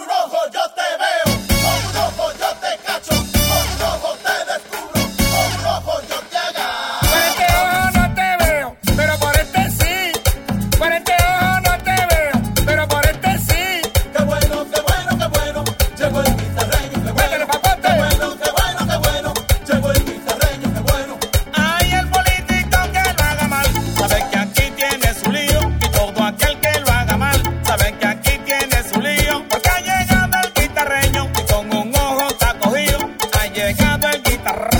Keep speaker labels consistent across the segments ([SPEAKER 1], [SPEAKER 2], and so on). [SPEAKER 1] un ojo yo te veo, con un ojo yo te cacho, con un ojo te descubro, con un ojo yo te agarro.
[SPEAKER 2] Por este ojo no te veo, pero por este sí. Por este ojo no te veo, pero por este sí.
[SPEAKER 1] Qué bueno, qué bueno, qué bueno, llegó el guitarreño, qué bueno,
[SPEAKER 2] Métele, papote.
[SPEAKER 1] qué bueno, qué bueno, qué bueno, llegó el guitarreño, qué bueno.
[SPEAKER 2] Ay, el político que lo haga mal, sabe que aquí tiene su lío. Y todo aquel que lo haga mal, sabe que aquí tiene su lío. Porque ha llegado el guitarreño y con un ojo está cogido. Ha llegado el guitarreño.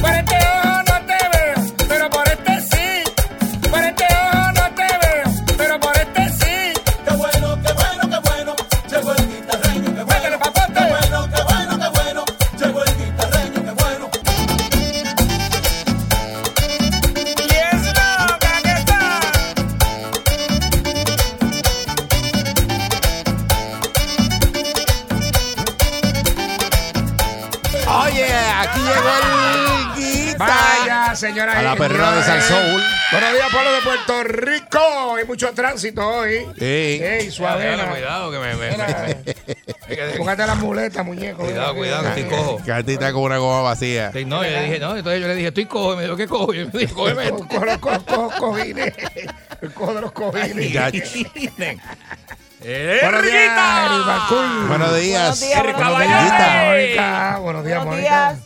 [SPEAKER 2] Por este ojo no te veo, pero por este sí. Por este ojo no te veo, pero por este sí.
[SPEAKER 1] Qué bueno, qué bueno, qué bueno, llegó el guitarreño, qué bueno.
[SPEAKER 2] Métele, papote.
[SPEAKER 1] Qué bueno, qué bueno, qué bueno, llegó el guitarreño, qué bueno.
[SPEAKER 2] Y es loca que está.
[SPEAKER 3] Oye, aquí llegó el guita.
[SPEAKER 4] Vaya, señoras
[SPEAKER 3] A la
[SPEAKER 4] y
[SPEAKER 3] perrera de
[SPEAKER 4] señores.
[SPEAKER 2] eh,
[SPEAKER 3] Salsoul.
[SPEAKER 4] Buenos días, pueblo de Puerto Rico. Hay mucho tránsito hoy.
[SPEAKER 3] Sí.
[SPEAKER 4] Ey,
[SPEAKER 5] Cuidado,
[SPEAKER 4] suavena.
[SPEAKER 5] cuidado, que me. me, me-
[SPEAKER 4] Póngate las muletas, muñeco.
[SPEAKER 5] cuidado, cuidado, que estoy cojo.
[SPEAKER 3] Cartita con una goma vacía.
[SPEAKER 5] Sí, No, yo le dije, no, entonces yo le dije, estoy cojo. Y me dijo, ¿qué cojo? Y yo le dije, cógeme esto.
[SPEAKER 4] Con los co- co- cojines. El cojo de los cojines.
[SPEAKER 3] Ya-
[SPEAKER 5] ¡Eh,
[SPEAKER 4] Buenos días,
[SPEAKER 5] Rita!
[SPEAKER 4] Eri Bakul.
[SPEAKER 3] Buenos días.
[SPEAKER 6] Buenos días, buenos
[SPEAKER 4] Buenos días,
[SPEAKER 3] Caballero.
[SPEAKER 4] Mónica. Buenos días,
[SPEAKER 6] Buenos
[SPEAKER 4] Mónica.
[SPEAKER 6] días.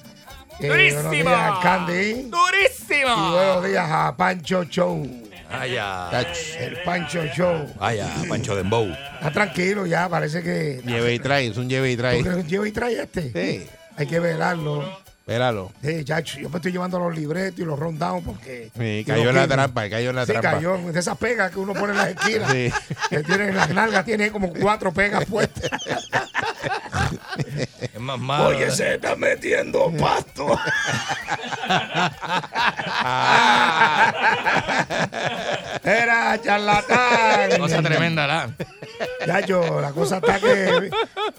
[SPEAKER 4] Eh,
[SPEAKER 5] ¡Durísimo!
[SPEAKER 4] buenos días, Candy. Y buenos
[SPEAKER 5] ¡Durísimo!
[SPEAKER 4] días a Pancho Show.
[SPEAKER 5] Ay, ya.
[SPEAKER 3] Cach.
[SPEAKER 4] El Pancho Show.
[SPEAKER 5] Ay, ya, Pancho Dembow.
[SPEAKER 4] Está tranquilo ya, parece que.
[SPEAKER 3] Lleve y trae, es un lleve y
[SPEAKER 4] ¿Tú
[SPEAKER 3] trae.
[SPEAKER 4] crees que lleva y trae este?
[SPEAKER 3] Sí.
[SPEAKER 4] Hay que velarlo.
[SPEAKER 3] Espéralo.
[SPEAKER 4] Sí, chacho, yo me estoy llevando los libretos y los rondamos porque.
[SPEAKER 3] Sí, cayó en la trampa, cayó en la
[SPEAKER 4] sí,
[SPEAKER 3] trampa.
[SPEAKER 4] cayó. De esas pegas que uno pone en las esquinas.
[SPEAKER 3] Sí.
[SPEAKER 4] Que tiene en las nalgas, tiene como cuatro pegas puestas.
[SPEAKER 5] Es más malo.
[SPEAKER 4] se está metiendo pasto.
[SPEAKER 3] Ah.
[SPEAKER 4] Era charlatán.
[SPEAKER 5] Cosa tremenda, la.
[SPEAKER 4] Chacho, la cosa está que.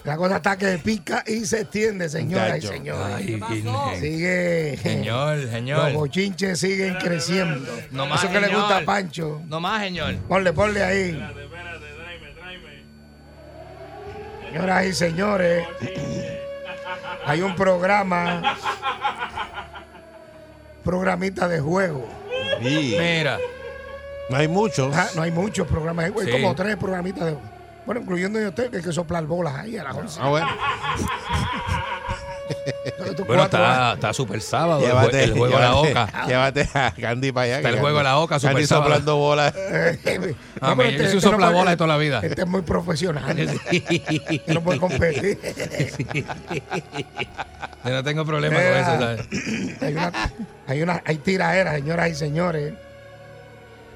[SPEAKER 4] La cosa está que pica y se extiende, señoras y
[SPEAKER 3] Chacho.
[SPEAKER 4] señores.
[SPEAKER 5] Ay, virgen.
[SPEAKER 4] Sigue.
[SPEAKER 5] Señor,
[SPEAKER 4] Los
[SPEAKER 5] señor.
[SPEAKER 4] bochinches siguen creciendo.
[SPEAKER 5] No más,
[SPEAKER 4] Eso que le
[SPEAKER 5] señor.
[SPEAKER 4] gusta a Pancho.
[SPEAKER 5] No más, señor.
[SPEAKER 4] Ponle, ponle ahí. Señoras y señores, hay un programa, programita de juego.
[SPEAKER 3] Sí.
[SPEAKER 5] Mira.
[SPEAKER 3] No hay muchos.
[SPEAKER 4] Ah, No hay muchos programas de juego, hay
[SPEAKER 5] Sí.
[SPEAKER 4] como tres programitas de juego. Bueno, incluyendo yo usted, que hay que soplar bolas ahí a las 11.
[SPEAKER 3] Ah, bueno.
[SPEAKER 4] Entonces, tú
[SPEAKER 5] Bueno,
[SPEAKER 4] cuatro vas-
[SPEAKER 5] está, está super sábado. el jue-
[SPEAKER 3] Llévate,
[SPEAKER 5] el juego a la
[SPEAKER 3] llévate-
[SPEAKER 5] boca.
[SPEAKER 3] Llévate a Candy para allá.
[SPEAKER 5] Está
[SPEAKER 3] que
[SPEAKER 5] el juego a la oca,
[SPEAKER 3] Candy- Candy
[SPEAKER 5] super sábado.
[SPEAKER 3] soplando bolas.
[SPEAKER 4] Eh, No,
[SPEAKER 5] Ah,
[SPEAKER 4] pero
[SPEAKER 5] me- yo soy un
[SPEAKER 4] este, no
[SPEAKER 5] soplabola
[SPEAKER 4] puede-
[SPEAKER 5] de toda la vida.
[SPEAKER 4] Este es muy profesional. Este no puede competir.
[SPEAKER 5] Yo no tengo problema con
[SPEAKER 4] Mira.
[SPEAKER 5] eso, ¿sabes?
[SPEAKER 4] Eh, hay una, hay una, hay tiraderas, señoras y señores.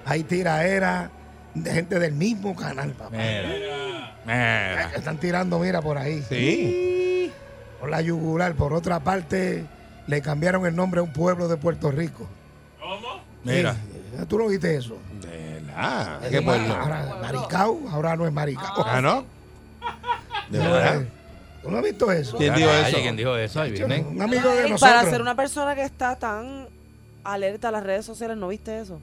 [SPEAKER 4] Hay tiraderas de gente del mismo canal, papá.
[SPEAKER 5] Mira. Mira.
[SPEAKER 4] Están tirando, mira, por ahí.
[SPEAKER 3] Sí.
[SPEAKER 4] Por la yugular. Por otra parte, le cambiaron el nombre a un pueblo de Puerto Rico.
[SPEAKER 3] Mira.
[SPEAKER 4] Sí, ¿Tú no viste eso?
[SPEAKER 3] De la- ¿Qué pueblo?
[SPEAKER 4] Ahora, Maricao, ahora no es Maricao.
[SPEAKER 3] Ah, ¿no? De
[SPEAKER 4] Ahora
[SPEAKER 3] verdad.
[SPEAKER 4] es- ¿Tú no has visto eso?
[SPEAKER 3] ¿Quién dijo
[SPEAKER 5] Caray,
[SPEAKER 3] eso?
[SPEAKER 5] ¿Quién dijo eso? Ahí vienen.
[SPEAKER 4] Un amigo de
[SPEAKER 6] Ay,
[SPEAKER 4] nosotros.
[SPEAKER 6] para ser una persona que está tan alerta a las redes sociales, ¿no viste eso?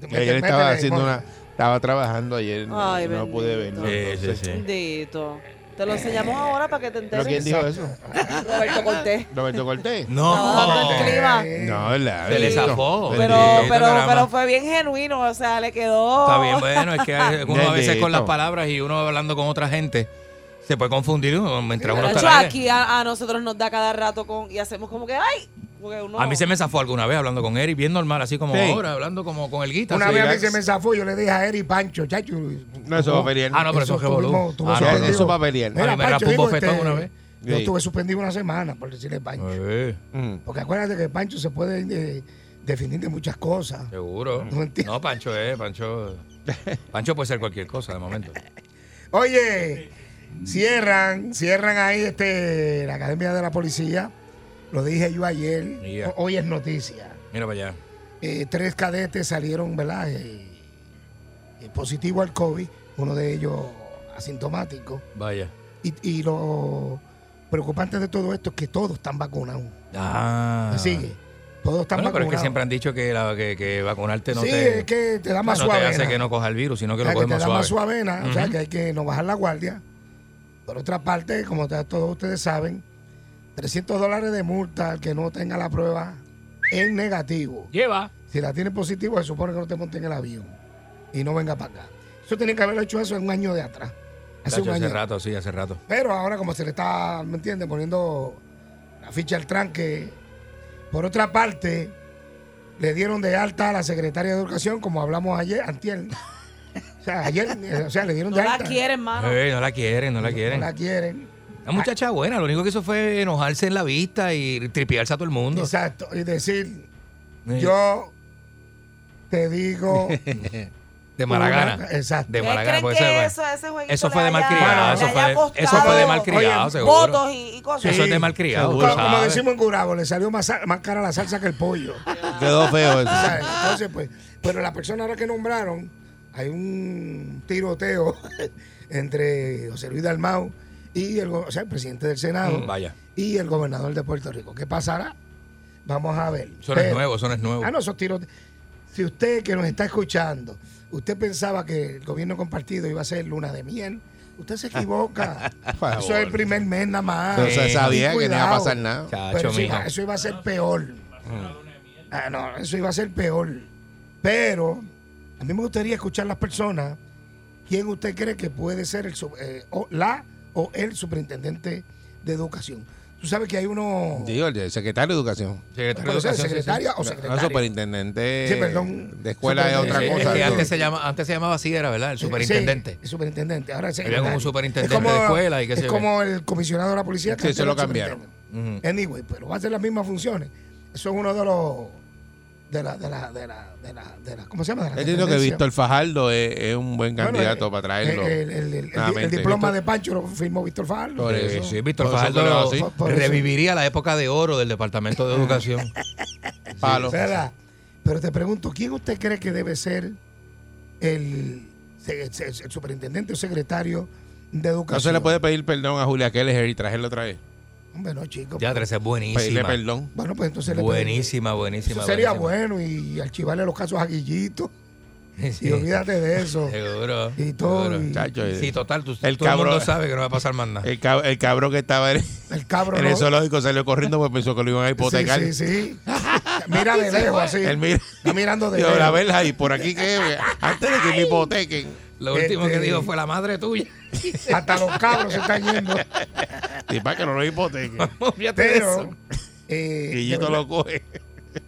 [SPEAKER 4] Métele,
[SPEAKER 3] Ayer estaba
[SPEAKER 4] métele,
[SPEAKER 3] haciendo
[SPEAKER 4] pon-
[SPEAKER 3] una. Estaba trabajando ayer. No,
[SPEAKER 6] Ay,
[SPEAKER 3] no
[SPEAKER 6] bendito.
[SPEAKER 3] pude verlo.
[SPEAKER 5] Sí, sí,
[SPEAKER 3] entonces.
[SPEAKER 5] sí.
[SPEAKER 6] Bendito. Te lo
[SPEAKER 5] Eh,
[SPEAKER 6] enseñamos ahora para que te
[SPEAKER 3] ¿Pero
[SPEAKER 6] enteres.
[SPEAKER 3] quién dijo eso?
[SPEAKER 6] Roberto Cortés.
[SPEAKER 3] ¿Roberto Cortés?
[SPEAKER 6] Trabajando en clima.
[SPEAKER 4] Eh,
[SPEAKER 3] No, verdad.
[SPEAKER 5] Se le
[SPEAKER 3] bendito.
[SPEAKER 5] zafó.
[SPEAKER 3] Bendito.
[SPEAKER 6] Pero, pero,
[SPEAKER 5] caramba.
[SPEAKER 6] pero fue bien genuino, o sea, le quedó.
[SPEAKER 5] Está bien, bueno, es que hay- uno a veces
[SPEAKER 3] Bendito.
[SPEAKER 5] con las palabras y uno hablando con otra gente se puede confundir uno mientras uno
[SPEAKER 6] De hecho,
[SPEAKER 5] está al aire.
[SPEAKER 6] aquí a, a nosotros nos da cada rato con y hacemos como que ¡ay! Porque uno,
[SPEAKER 5] A mí se me zafó alguna vez hablando con Eric, bien normal, así como
[SPEAKER 3] Sí.
[SPEAKER 5] ahora, hablando como con el guita.
[SPEAKER 4] Una
[SPEAKER 5] así.
[SPEAKER 4] vez a mí
[SPEAKER 3] gracias.
[SPEAKER 4] se me zafó, yo le dije a Eri Pancho, chacho.
[SPEAKER 3] No, eso va a pelear.
[SPEAKER 5] Ah, no, pero eso es revolú.
[SPEAKER 4] tuvimos- tuvimos
[SPEAKER 5] Ah,
[SPEAKER 3] eso-
[SPEAKER 5] no, no,
[SPEAKER 4] suspendido.
[SPEAKER 3] eso va a pelear.
[SPEAKER 4] Mira,
[SPEAKER 5] A mí me
[SPEAKER 4] Pancho,
[SPEAKER 5] rapó un
[SPEAKER 4] digo,
[SPEAKER 5] bofetón
[SPEAKER 4] este,
[SPEAKER 5] una vez.
[SPEAKER 4] Yo
[SPEAKER 3] Sí.
[SPEAKER 4] estuve suspendido una semana por decirle Pancho.
[SPEAKER 5] Eh,
[SPEAKER 3] Mm.
[SPEAKER 4] Porque acuérdate que Pancho se puede eh, definir de muchas cosas.
[SPEAKER 5] Seguro.
[SPEAKER 4] No entiendo.
[SPEAKER 5] No, Pancho, eh, Pancho. Pancho puede ser cualquier cosa de momento.
[SPEAKER 4] Oye, cierran, cierran ahí este, la Academia de la Policía. Lo dije yo ayer.
[SPEAKER 5] Yeah.
[SPEAKER 4] O- Hoy es noticia.
[SPEAKER 5] Mira para allá.
[SPEAKER 4] Eh, tres cadetes salieron, ¿verdad? Eh, eh, positivo al COVID. Uno de ellos asintomático.
[SPEAKER 5] Vaya.
[SPEAKER 4] Y, y lo preocupante de todo esto es que todos están vacunados.
[SPEAKER 5] Ah.
[SPEAKER 4] ¿Me sigue? Todos están
[SPEAKER 5] Bueno, pero es que
[SPEAKER 4] vacunados.
[SPEAKER 5] siempre han dicho que, la- que, que vacunarte no
[SPEAKER 4] sí,
[SPEAKER 5] te.
[SPEAKER 4] es que te da
[SPEAKER 5] no
[SPEAKER 4] más
[SPEAKER 5] te
[SPEAKER 4] suave.
[SPEAKER 5] hace que no coja el virus, sino que
[SPEAKER 4] O sea,
[SPEAKER 5] lo
[SPEAKER 4] que
[SPEAKER 5] coge
[SPEAKER 4] te
[SPEAKER 5] más
[SPEAKER 4] da
[SPEAKER 5] suave.
[SPEAKER 4] más suavena, o sea
[SPEAKER 5] Ujú.
[SPEAKER 4] que hay que no bajar la guardia. Por otra parte, como ya todos ustedes saben, 300 dólares de multa al que no tenga la prueba en negativo.
[SPEAKER 7] Lleva.
[SPEAKER 4] Si la tiene positivo, se supone que no te monten en el avión y no venga para acá. Eso tenía que haberlo hecho eso en un año de atrás. Hace
[SPEAKER 5] Tacho,
[SPEAKER 4] un año.
[SPEAKER 5] hace rato, sí, hace rato.
[SPEAKER 4] Pero ahora como se le está, ¿me entiendes? Poniendo la ficha al tranque. Por otra parte, le dieron de alta a la secretaria de Educación, como hablamos ayer, antier. O sea, ayer, eh, o sea, le dieron
[SPEAKER 6] Ah, No
[SPEAKER 4] de
[SPEAKER 6] la
[SPEAKER 4] alta.
[SPEAKER 6] quieren, mano.
[SPEAKER 5] Eh, no la quieren, no la quieren.
[SPEAKER 4] No la quieren.
[SPEAKER 5] La muchacha buena, lo único que hizo fue enojarse en la vista y tripearse a todo el mundo.
[SPEAKER 4] Exacto. Y decir,
[SPEAKER 5] Eh,
[SPEAKER 4] yo te digo...
[SPEAKER 5] de mala
[SPEAKER 4] una-
[SPEAKER 5] gana.
[SPEAKER 4] Exacto.
[SPEAKER 5] De
[SPEAKER 6] ¿Ustedes
[SPEAKER 5] mala gana,
[SPEAKER 6] creen
[SPEAKER 5] puede
[SPEAKER 6] que
[SPEAKER 5] ser.
[SPEAKER 6] eso, ese jueguito
[SPEAKER 5] Eso fue
[SPEAKER 6] le
[SPEAKER 5] de
[SPEAKER 6] haya-
[SPEAKER 5] malcriado.
[SPEAKER 6] le
[SPEAKER 5] Eso
[SPEAKER 6] haya
[SPEAKER 5] fue, eso fue de
[SPEAKER 6] costado
[SPEAKER 5] malcriado,
[SPEAKER 4] Oye,
[SPEAKER 5] seguro.
[SPEAKER 6] Votos y, y cosas.
[SPEAKER 5] Eso es de malcriado.
[SPEAKER 4] Como-
[SPEAKER 5] tú
[SPEAKER 4] como,
[SPEAKER 5] sabes.
[SPEAKER 4] decimos en Curabo, le salió más, sa- más cara la salsa que el pollo.
[SPEAKER 3] Quedó feo eso.
[SPEAKER 4] ¿sabes? Entonces, pues, pero la persona ahora que nombraron, hay un tiroteo entre José Luis Dalmau y el, go- o sea, el presidente del Senado
[SPEAKER 5] Mm, vaya.
[SPEAKER 4] y el gobernador de Puerto Rico. ¿Qué pasará? Vamos a ver.
[SPEAKER 5] Eso no es
[SPEAKER 4] Pero-
[SPEAKER 5] nuevo, eso no es nuevo.
[SPEAKER 4] Ah, no, esos tiroteos. Si usted que nos está escuchando, usted pensaba que el gobierno compartido iba a ser luna de miel, usted se equivoca.
[SPEAKER 3] favor.
[SPEAKER 4] eso es el primer mes nada más.
[SPEAKER 3] Pero se sabía
[SPEAKER 4] Ten
[SPEAKER 3] que no iba a
[SPEAKER 4] cuidado.
[SPEAKER 3] pasar nada.
[SPEAKER 5] Chacho,
[SPEAKER 4] Pero eso, iba,
[SPEAKER 5] mijo.
[SPEAKER 4] eso iba a ser peor. Ah, no, eso iba a ser peor. Pero a mí me gustaría escuchar las personas. ¿Quién usted cree que puede ser el su- eh, o la o el superintendente de educación? Tú sabes que hay uno.
[SPEAKER 3] Digo, el secretario de educación.
[SPEAKER 5] Secretario de
[SPEAKER 4] puede ser
[SPEAKER 5] Educación, sí, sí.
[SPEAKER 4] secretaria o
[SPEAKER 3] No,
[SPEAKER 4] secretario.
[SPEAKER 3] superintendente
[SPEAKER 4] Sí, perdón.
[SPEAKER 3] de escuela es otra
[SPEAKER 5] Sí,
[SPEAKER 3] cosa.
[SPEAKER 5] es que
[SPEAKER 3] digo.
[SPEAKER 5] Eh, antes se, llama, antes se llamaba así, era verdad, el
[SPEAKER 4] eh, Sí,
[SPEAKER 5] superintendente.
[SPEAKER 4] el superintendente. Ahora es
[SPEAKER 5] Había
[SPEAKER 4] secretario.
[SPEAKER 5] como un superintendente
[SPEAKER 4] Es como-
[SPEAKER 5] de escuela y qué
[SPEAKER 4] Es
[SPEAKER 5] sé yo.
[SPEAKER 4] como el comisionado de la policía. que
[SPEAKER 3] Sí,
[SPEAKER 4] antes
[SPEAKER 3] eso
[SPEAKER 4] era
[SPEAKER 3] lo
[SPEAKER 4] el
[SPEAKER 3] cambiaron.
[SPEAKER 4] superintendente. Anyway, pero va a ser las mismas funciones. Eso es uno de los. De la, de la, de la, de la, de la- ¿cómo se llama? De la
[SPEAKER 3] Yo entiendo que
[SPEAKER 4] dependencia.
[SPEAKER 3] Víctor Fajardo es, es un buen
[SPEAKER 4] Bueno, eh,
[SPEAKER 3] candidato
[SPEAKER 4] el-
[SPEAKER 3] para traerlo.
[SPEAKER 4] El, el- el- el- el
[SPEAKER 3] nuevamente.
[SPEAKER 4] diploma de
[SPEAKER 3] Víctor-
[SPEAKER 4] Pancho lo firmó Víctor Fajardo.
[SPEAKER 3] Por
[SPEAKER 5] Eh,
[SPEAKER 3] eso.
[SPEAKER 5] sí, Víctor
[SPEAKER 3] Por eso creo
[SPEAKER 5] Fajardo
[SPEAKER 3] así.
[SPEAKER 4] Por eso.
[SPEAKER 5] reviviría la época de oro del Departamento de Educación.
[SPEAKER 4] eh,
[SPEAKER 3] Palo.
[SPEAKER 4] ¿Verdad? Pero te pregunto, ¿quién usted cree que debe ser el, se- se- el superintendente o secretario de educación?
[SPEAKER 3] No se le puede pedir perdón a Julia Keller y traerlo otra vez.
[SPEAKER 4] Hombre, no, chico.
[SPEAKER 5] ya, tres es
[SPEAKER 3] Pedirle
[SPEAKER 5] buenísima.
[SPEAKER 3] perdón.
[SPEAKER 4] Bueno, pues entonces le
[SPEAKER 5] Buenísima, buenísima.
[SPEAKER 4] Eso sería
[SPEAKER 5] buenísima.
[SPEAKER 4] bueno y archivarle los casos a Guillito.
[SPEAKER 5] Sí,
[SPEAKER 4] Y olvídate de eso.
[SPEAKER 5] Seguro.
[SPEAKER 4] Y todo,
[SPEAKER 5] seguro.
[SPEAKER 4] y- Eh,
[SPEAKER 3] Chacho, eh,
[SPEAKER 5] Sí, total, tú,
[SPEAKER 3] El
[SPEAKER 5] todo el mundo
[SPEAKER 3] cabrón.
[SPEAKER 5] sabe que no va a pasar más nada.
[SPEAKER 3] el, cab- el cabrón que estaba en,
[SPEAKER 4] El cabro.
[SPEAKER 3] en
[SPEAKER 4] no-
[SPEAKER 3] el zoológico salió corriendo porque pensó que lo iban a
[SPEAKER 4] sí,
[SPEAKER 3] hipotecar.
[SPEAKER 4] sí, sí. Mira de lejos así.
[SPEAKER 3] Él mira-
[SPEAKER 4] Está mirando de
[SPEAKER 3] Yo,
[SPEAKER 4] lejos.
[SPEAKER 3] la verja, y por aquí que antes de que me hipotequen.
[SPEAKER 5] Lo último que
[SPEAKER 4] Este-
[SPEAKER 5] dijo fue la madre tuya.
[SPEAKER 4] Hasta los cabros se están yendo.
[SPEAKER 3] Y para que no lo hipotequen.
[SPEAKER 5] Fíjate de eso.
[SPEAKER 4] Pero. eh,
[SPEAKER 3] Guillito lo coge.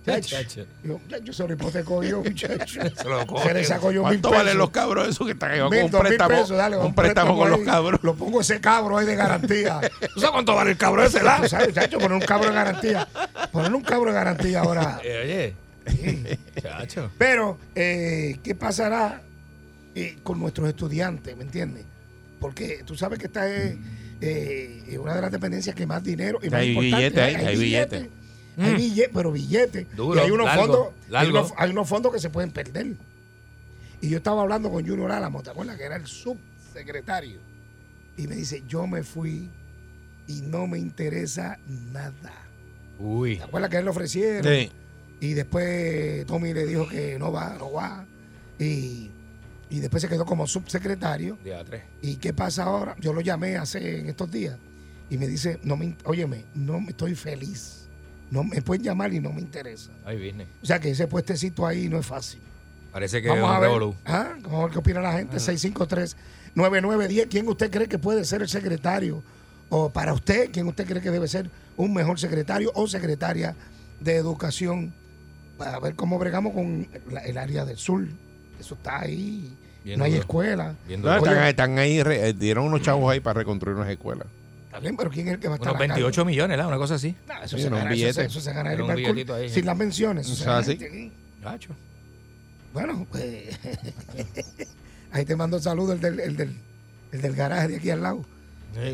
[SPEAKER 4] Chacho. Yo, yo se lo hipoteco yo, muchacho.
[SPEAKER 5] Se lo coge.
[SPEAKER 4] Se le saco yo mil
[SPEAKER 3] ¿Cuánto
[SPEAKER 4] pesos.
[SPEAKER 3] valen los cabros esos que están ahí?
[SPEAKER 4] Mil,
[SPEAKER 3] Un
[SPEAKER 4] dos mil
[SPEAKER 3] préstamo,
[SPEAKER 4] pesos, dale,
[SPEAKER 3] un préstamo con los
[SPEAKER 4] ahí.
[SPEAKER 3] cabros.
[SPEAKER 4] Lo pongo ese cabro ahí de garantía.
[SPEAKER 5] ¿Tú sabes cuánto vale el cabrón ese la?
[SPEAKER 4] Tú sabes, chacho, poner un cabro de garantía. Poner un cabro de garantía ahora.
[SPEAKER 5] Eh, oye. Chacho.
[SPEAKER 4] Pero, eh, ¿qué pasará eh, con nuestros estudiantes? ¿Me entiendes? Porque tú sabes que esta es eh, una de las dependencias que más dinero y más
[SPEAKER 3] Hay
[SPEAKER 4] importante.
[SPEAKER 3] billete ahí, hay
[SPEAKER 4] billete.
[SPEAKER 3] billete.
[SPEAKER 4] Hay billete, pero billete.
[SPEAKER 5] Mm. Duro,
[SPEAKER 4] y hay unos
[SPEAKER 5] largo,
[SPEAKER 4] fondos, Hay,
[SPEAKER 5] largo.
[SPEAKER 4] unos, hay unos fondos que se pueden perder. Y yo estaba hablando con Junior Álamo, ¿te acuerdas? Que era el subsecretario. Y me dice, yo me fui y no me interesa nada.
[SPEAKER 5] Uy.
[SPEAKER 4] ¿Te acuerdas que a él le ofrecieron?
[SPEAKER 3] Sí.
[SPEAKER 4] Y después Tommy le dijo que no va, no va. Y, y después se quedó como subsecretario.
[SPEAKER 5] Día tres.
[SPEAKER 4] ¿Y qué pasa ahora? Yo lo llamé hace en estos días y me dice, no me, in- óyeme, no me estoy feliz. No me pueden llamar y no me interesa.
[SPEAKER 5] Ay, business.
[SPEAKER 4] O sea que ese puestecito ahí no es fácil.
[SPEAKER 5] Parece que
[SPEAKER 4] Vamos
[SPEAKER 5] es
[SPEAKER 4] a
[SPEAKER 5] un
[SPEAKER 4] ver,
[SPEAKER 5] revolú.
[SPEAKER 4] ¿ah? Vamos a ver qué opina la gente. 653-9910. ¿Quién usted cree que puede ser el secretario? O para usted, ¿quién usted cree que debe ser un mejor secretario o secretaria de educación? Para ver cómo bregamos con la- el área del sur. Eso está ahí.
[SPEAKER 5] Bien
[SPEAKER 4] no hay
[SPEAKER 5] duro.
[SPEAKER 4] escuela.
[SPEAKER 5] Bien
[SPEAKER 3] No,
[SPEAKER 5] duro.
[SPEAKER 3] están,
[SPEAKER 4] Oye.
[SPEAKER 3] están ahí, re- eh, dieron unos chavos ahí para reconstruir unas escuelas.
[SPEAKER 4] Está bien, pero ¿quién es el que va a estar
[SPEAKER 5] Unos
[SPEAKER 4] a cargo?
[SPEAKER 5] 28 millones, ¿verdad? Una cosa así.
[SPEAKER 4] No, eso,
[SPEAKER 3] Sí,
[SPEAKER 4] se
[SPEAKER 3] era un
[SPEAKER 4] gana, eso, se-
[SPEAKER 3] billete.
[SPEAKER 4] eso se gana el
[SPEAKER 5] Era un
[SPEAKER 4] Ibercul,
[SPEAKER 5] billetito ahí.
[SPEAKER 4] sin las menciones. Este, eso
[SPEAKER 3] O
[SPEAKER 4] se
[SPEAKER 3] sea,
[SPEAKER 4] gana.
[SPEAKER 3] sí.
[SPEAKER 5] Chacho.
[SPEAKER 4] Bueno, pues ahí te mando saludo el del, el del, el del garaje de aquí al lado.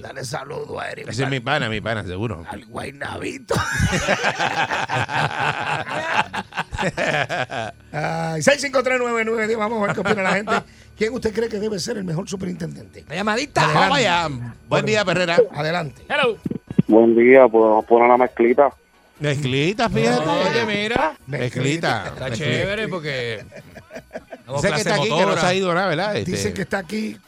[SPEAKER 4] Dale saludo a Eric.
[SPEAKER 3] Ese es mi pana, mi pana, seguro.
[SPEAKER 4] Al guaynabito. Ay, 6539910, vamos a ver qué opina la gente. ¿Quién usted cree que debe ser el mejor superintendente?
[SPEAKER 5] La llamadita.
[SPEAKER 4] Adelante.
[SPEAKER 3] Vamos allá. Buen día, Perrera.
[SPEAKER 4] Adelante.
[SPEAKER 7] Hello.
[SPEAKER 8] Buen día, podemos poner la mezclita.
[SPEAKER 3] Mezclita, fíjate.
[SPEAKER 5] Oye, mira.
[SPEAKER 3] Mezclita.
[SPEAKER 5] Está chévere porque.
[SPEAKER 3] Dice
[SPEAKER 5] Damos
[SPEAKER 3] que
[SPEAKER 5] clase
[SPEAKER 3] está aquí que no
[SPEAKER 5] motora.
[SPEAKER 3] se ha ido nada, ¿verdad? Este,
[SPEAKER 4] Dicen que está aquí,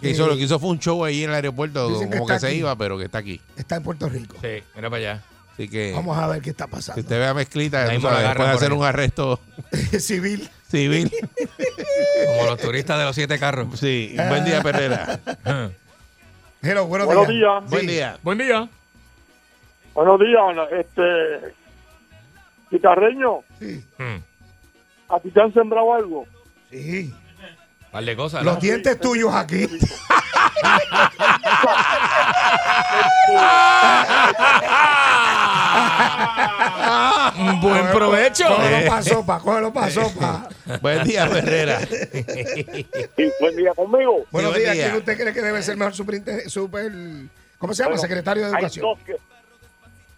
[SPEAKER 3] que hizo, lo que hizo fue un show ahí en el aeropuerto,
[SPEAKER 4] Eh, Dicen que
[SPEAKER 3] como que,
[SPEAKER 4] está
[SPEAKER 3] se
[SPEAKER 4] aquí.
[SPEAKER 3] iba, pero que está aquí.
[SPEAKER 4] está en Puerto Rico.
[SPEAKER 5] Sí, mira para allá.
[SPEAKER 3] Así que
[SPEAKER 4] Vamos a ver qué está
[SPEAKER 3] si
[SPEAKER 4] pasando.
[SPEAKER 3] usted ve a mezclita,
[SPEAKER 5] Ahí
[SPEAKER 3] tú
[SPEAKER 5] me lo
[SPEAKER 3] sabes,
[SPEAKER 5] agarran
[SPEAKER 3] puede
[SPEAKER 5] por
[SPEAKER 3] hacer
[SPEAKER 5] ahí.
[SPEAKER 3] un arresto
[SPEAKER 4] Civil.
[SPEAKER 3] civil.
[SPEAKER 5] Como los turistas de los siete carros.
[SPEAKER 3] Sí, buen día, Perrera.
[SPEAKER 4] Hello, buenos,
[SPEAKER 7] Buenos días.
[SPEAKER 4] Sí.
[SPEAKER 3] Buen día.
[SPEAKER 5] Buen día.
[SPEAKER 7] Buenos días, este. Guitarreño,
[SPEAKER 4] Sí.
[SPEAKER 7] ¿a ti te han sembrado algo?
[SPEAKER 4] sí.
[SPEAKER 5] Par de cosas.
[SPEAKER 4] Los
[SPEAKER 5] ¿no?
[SPEAKER 4] dientes tuyos aquí.
[SPEAKER 5] Un buen provecho.
[SPEAKER 4] Cógelo pa' sopa, cógelo pa' sopa.
[SPEAKER 3] Buen día, Perrera.
[SPEAKER 7] Sí, buen día conmigo.
[SPEAKER 4] Buenos
[SPEAKER 3] buen
[SPEAKER 4] días.
[SPEAKER 3] día.
[SPEAKER 4] ¿Quién usted cree que debe ser mejor superintendente? Super, ¿Cómo se llama?
[SPEAKER 7] Bueno,
[SPEAKER 4] Secretario de
[SPEAKER 7] Hay
[SPEAKER 4] Educación.
[SPEAKER 7] dos que,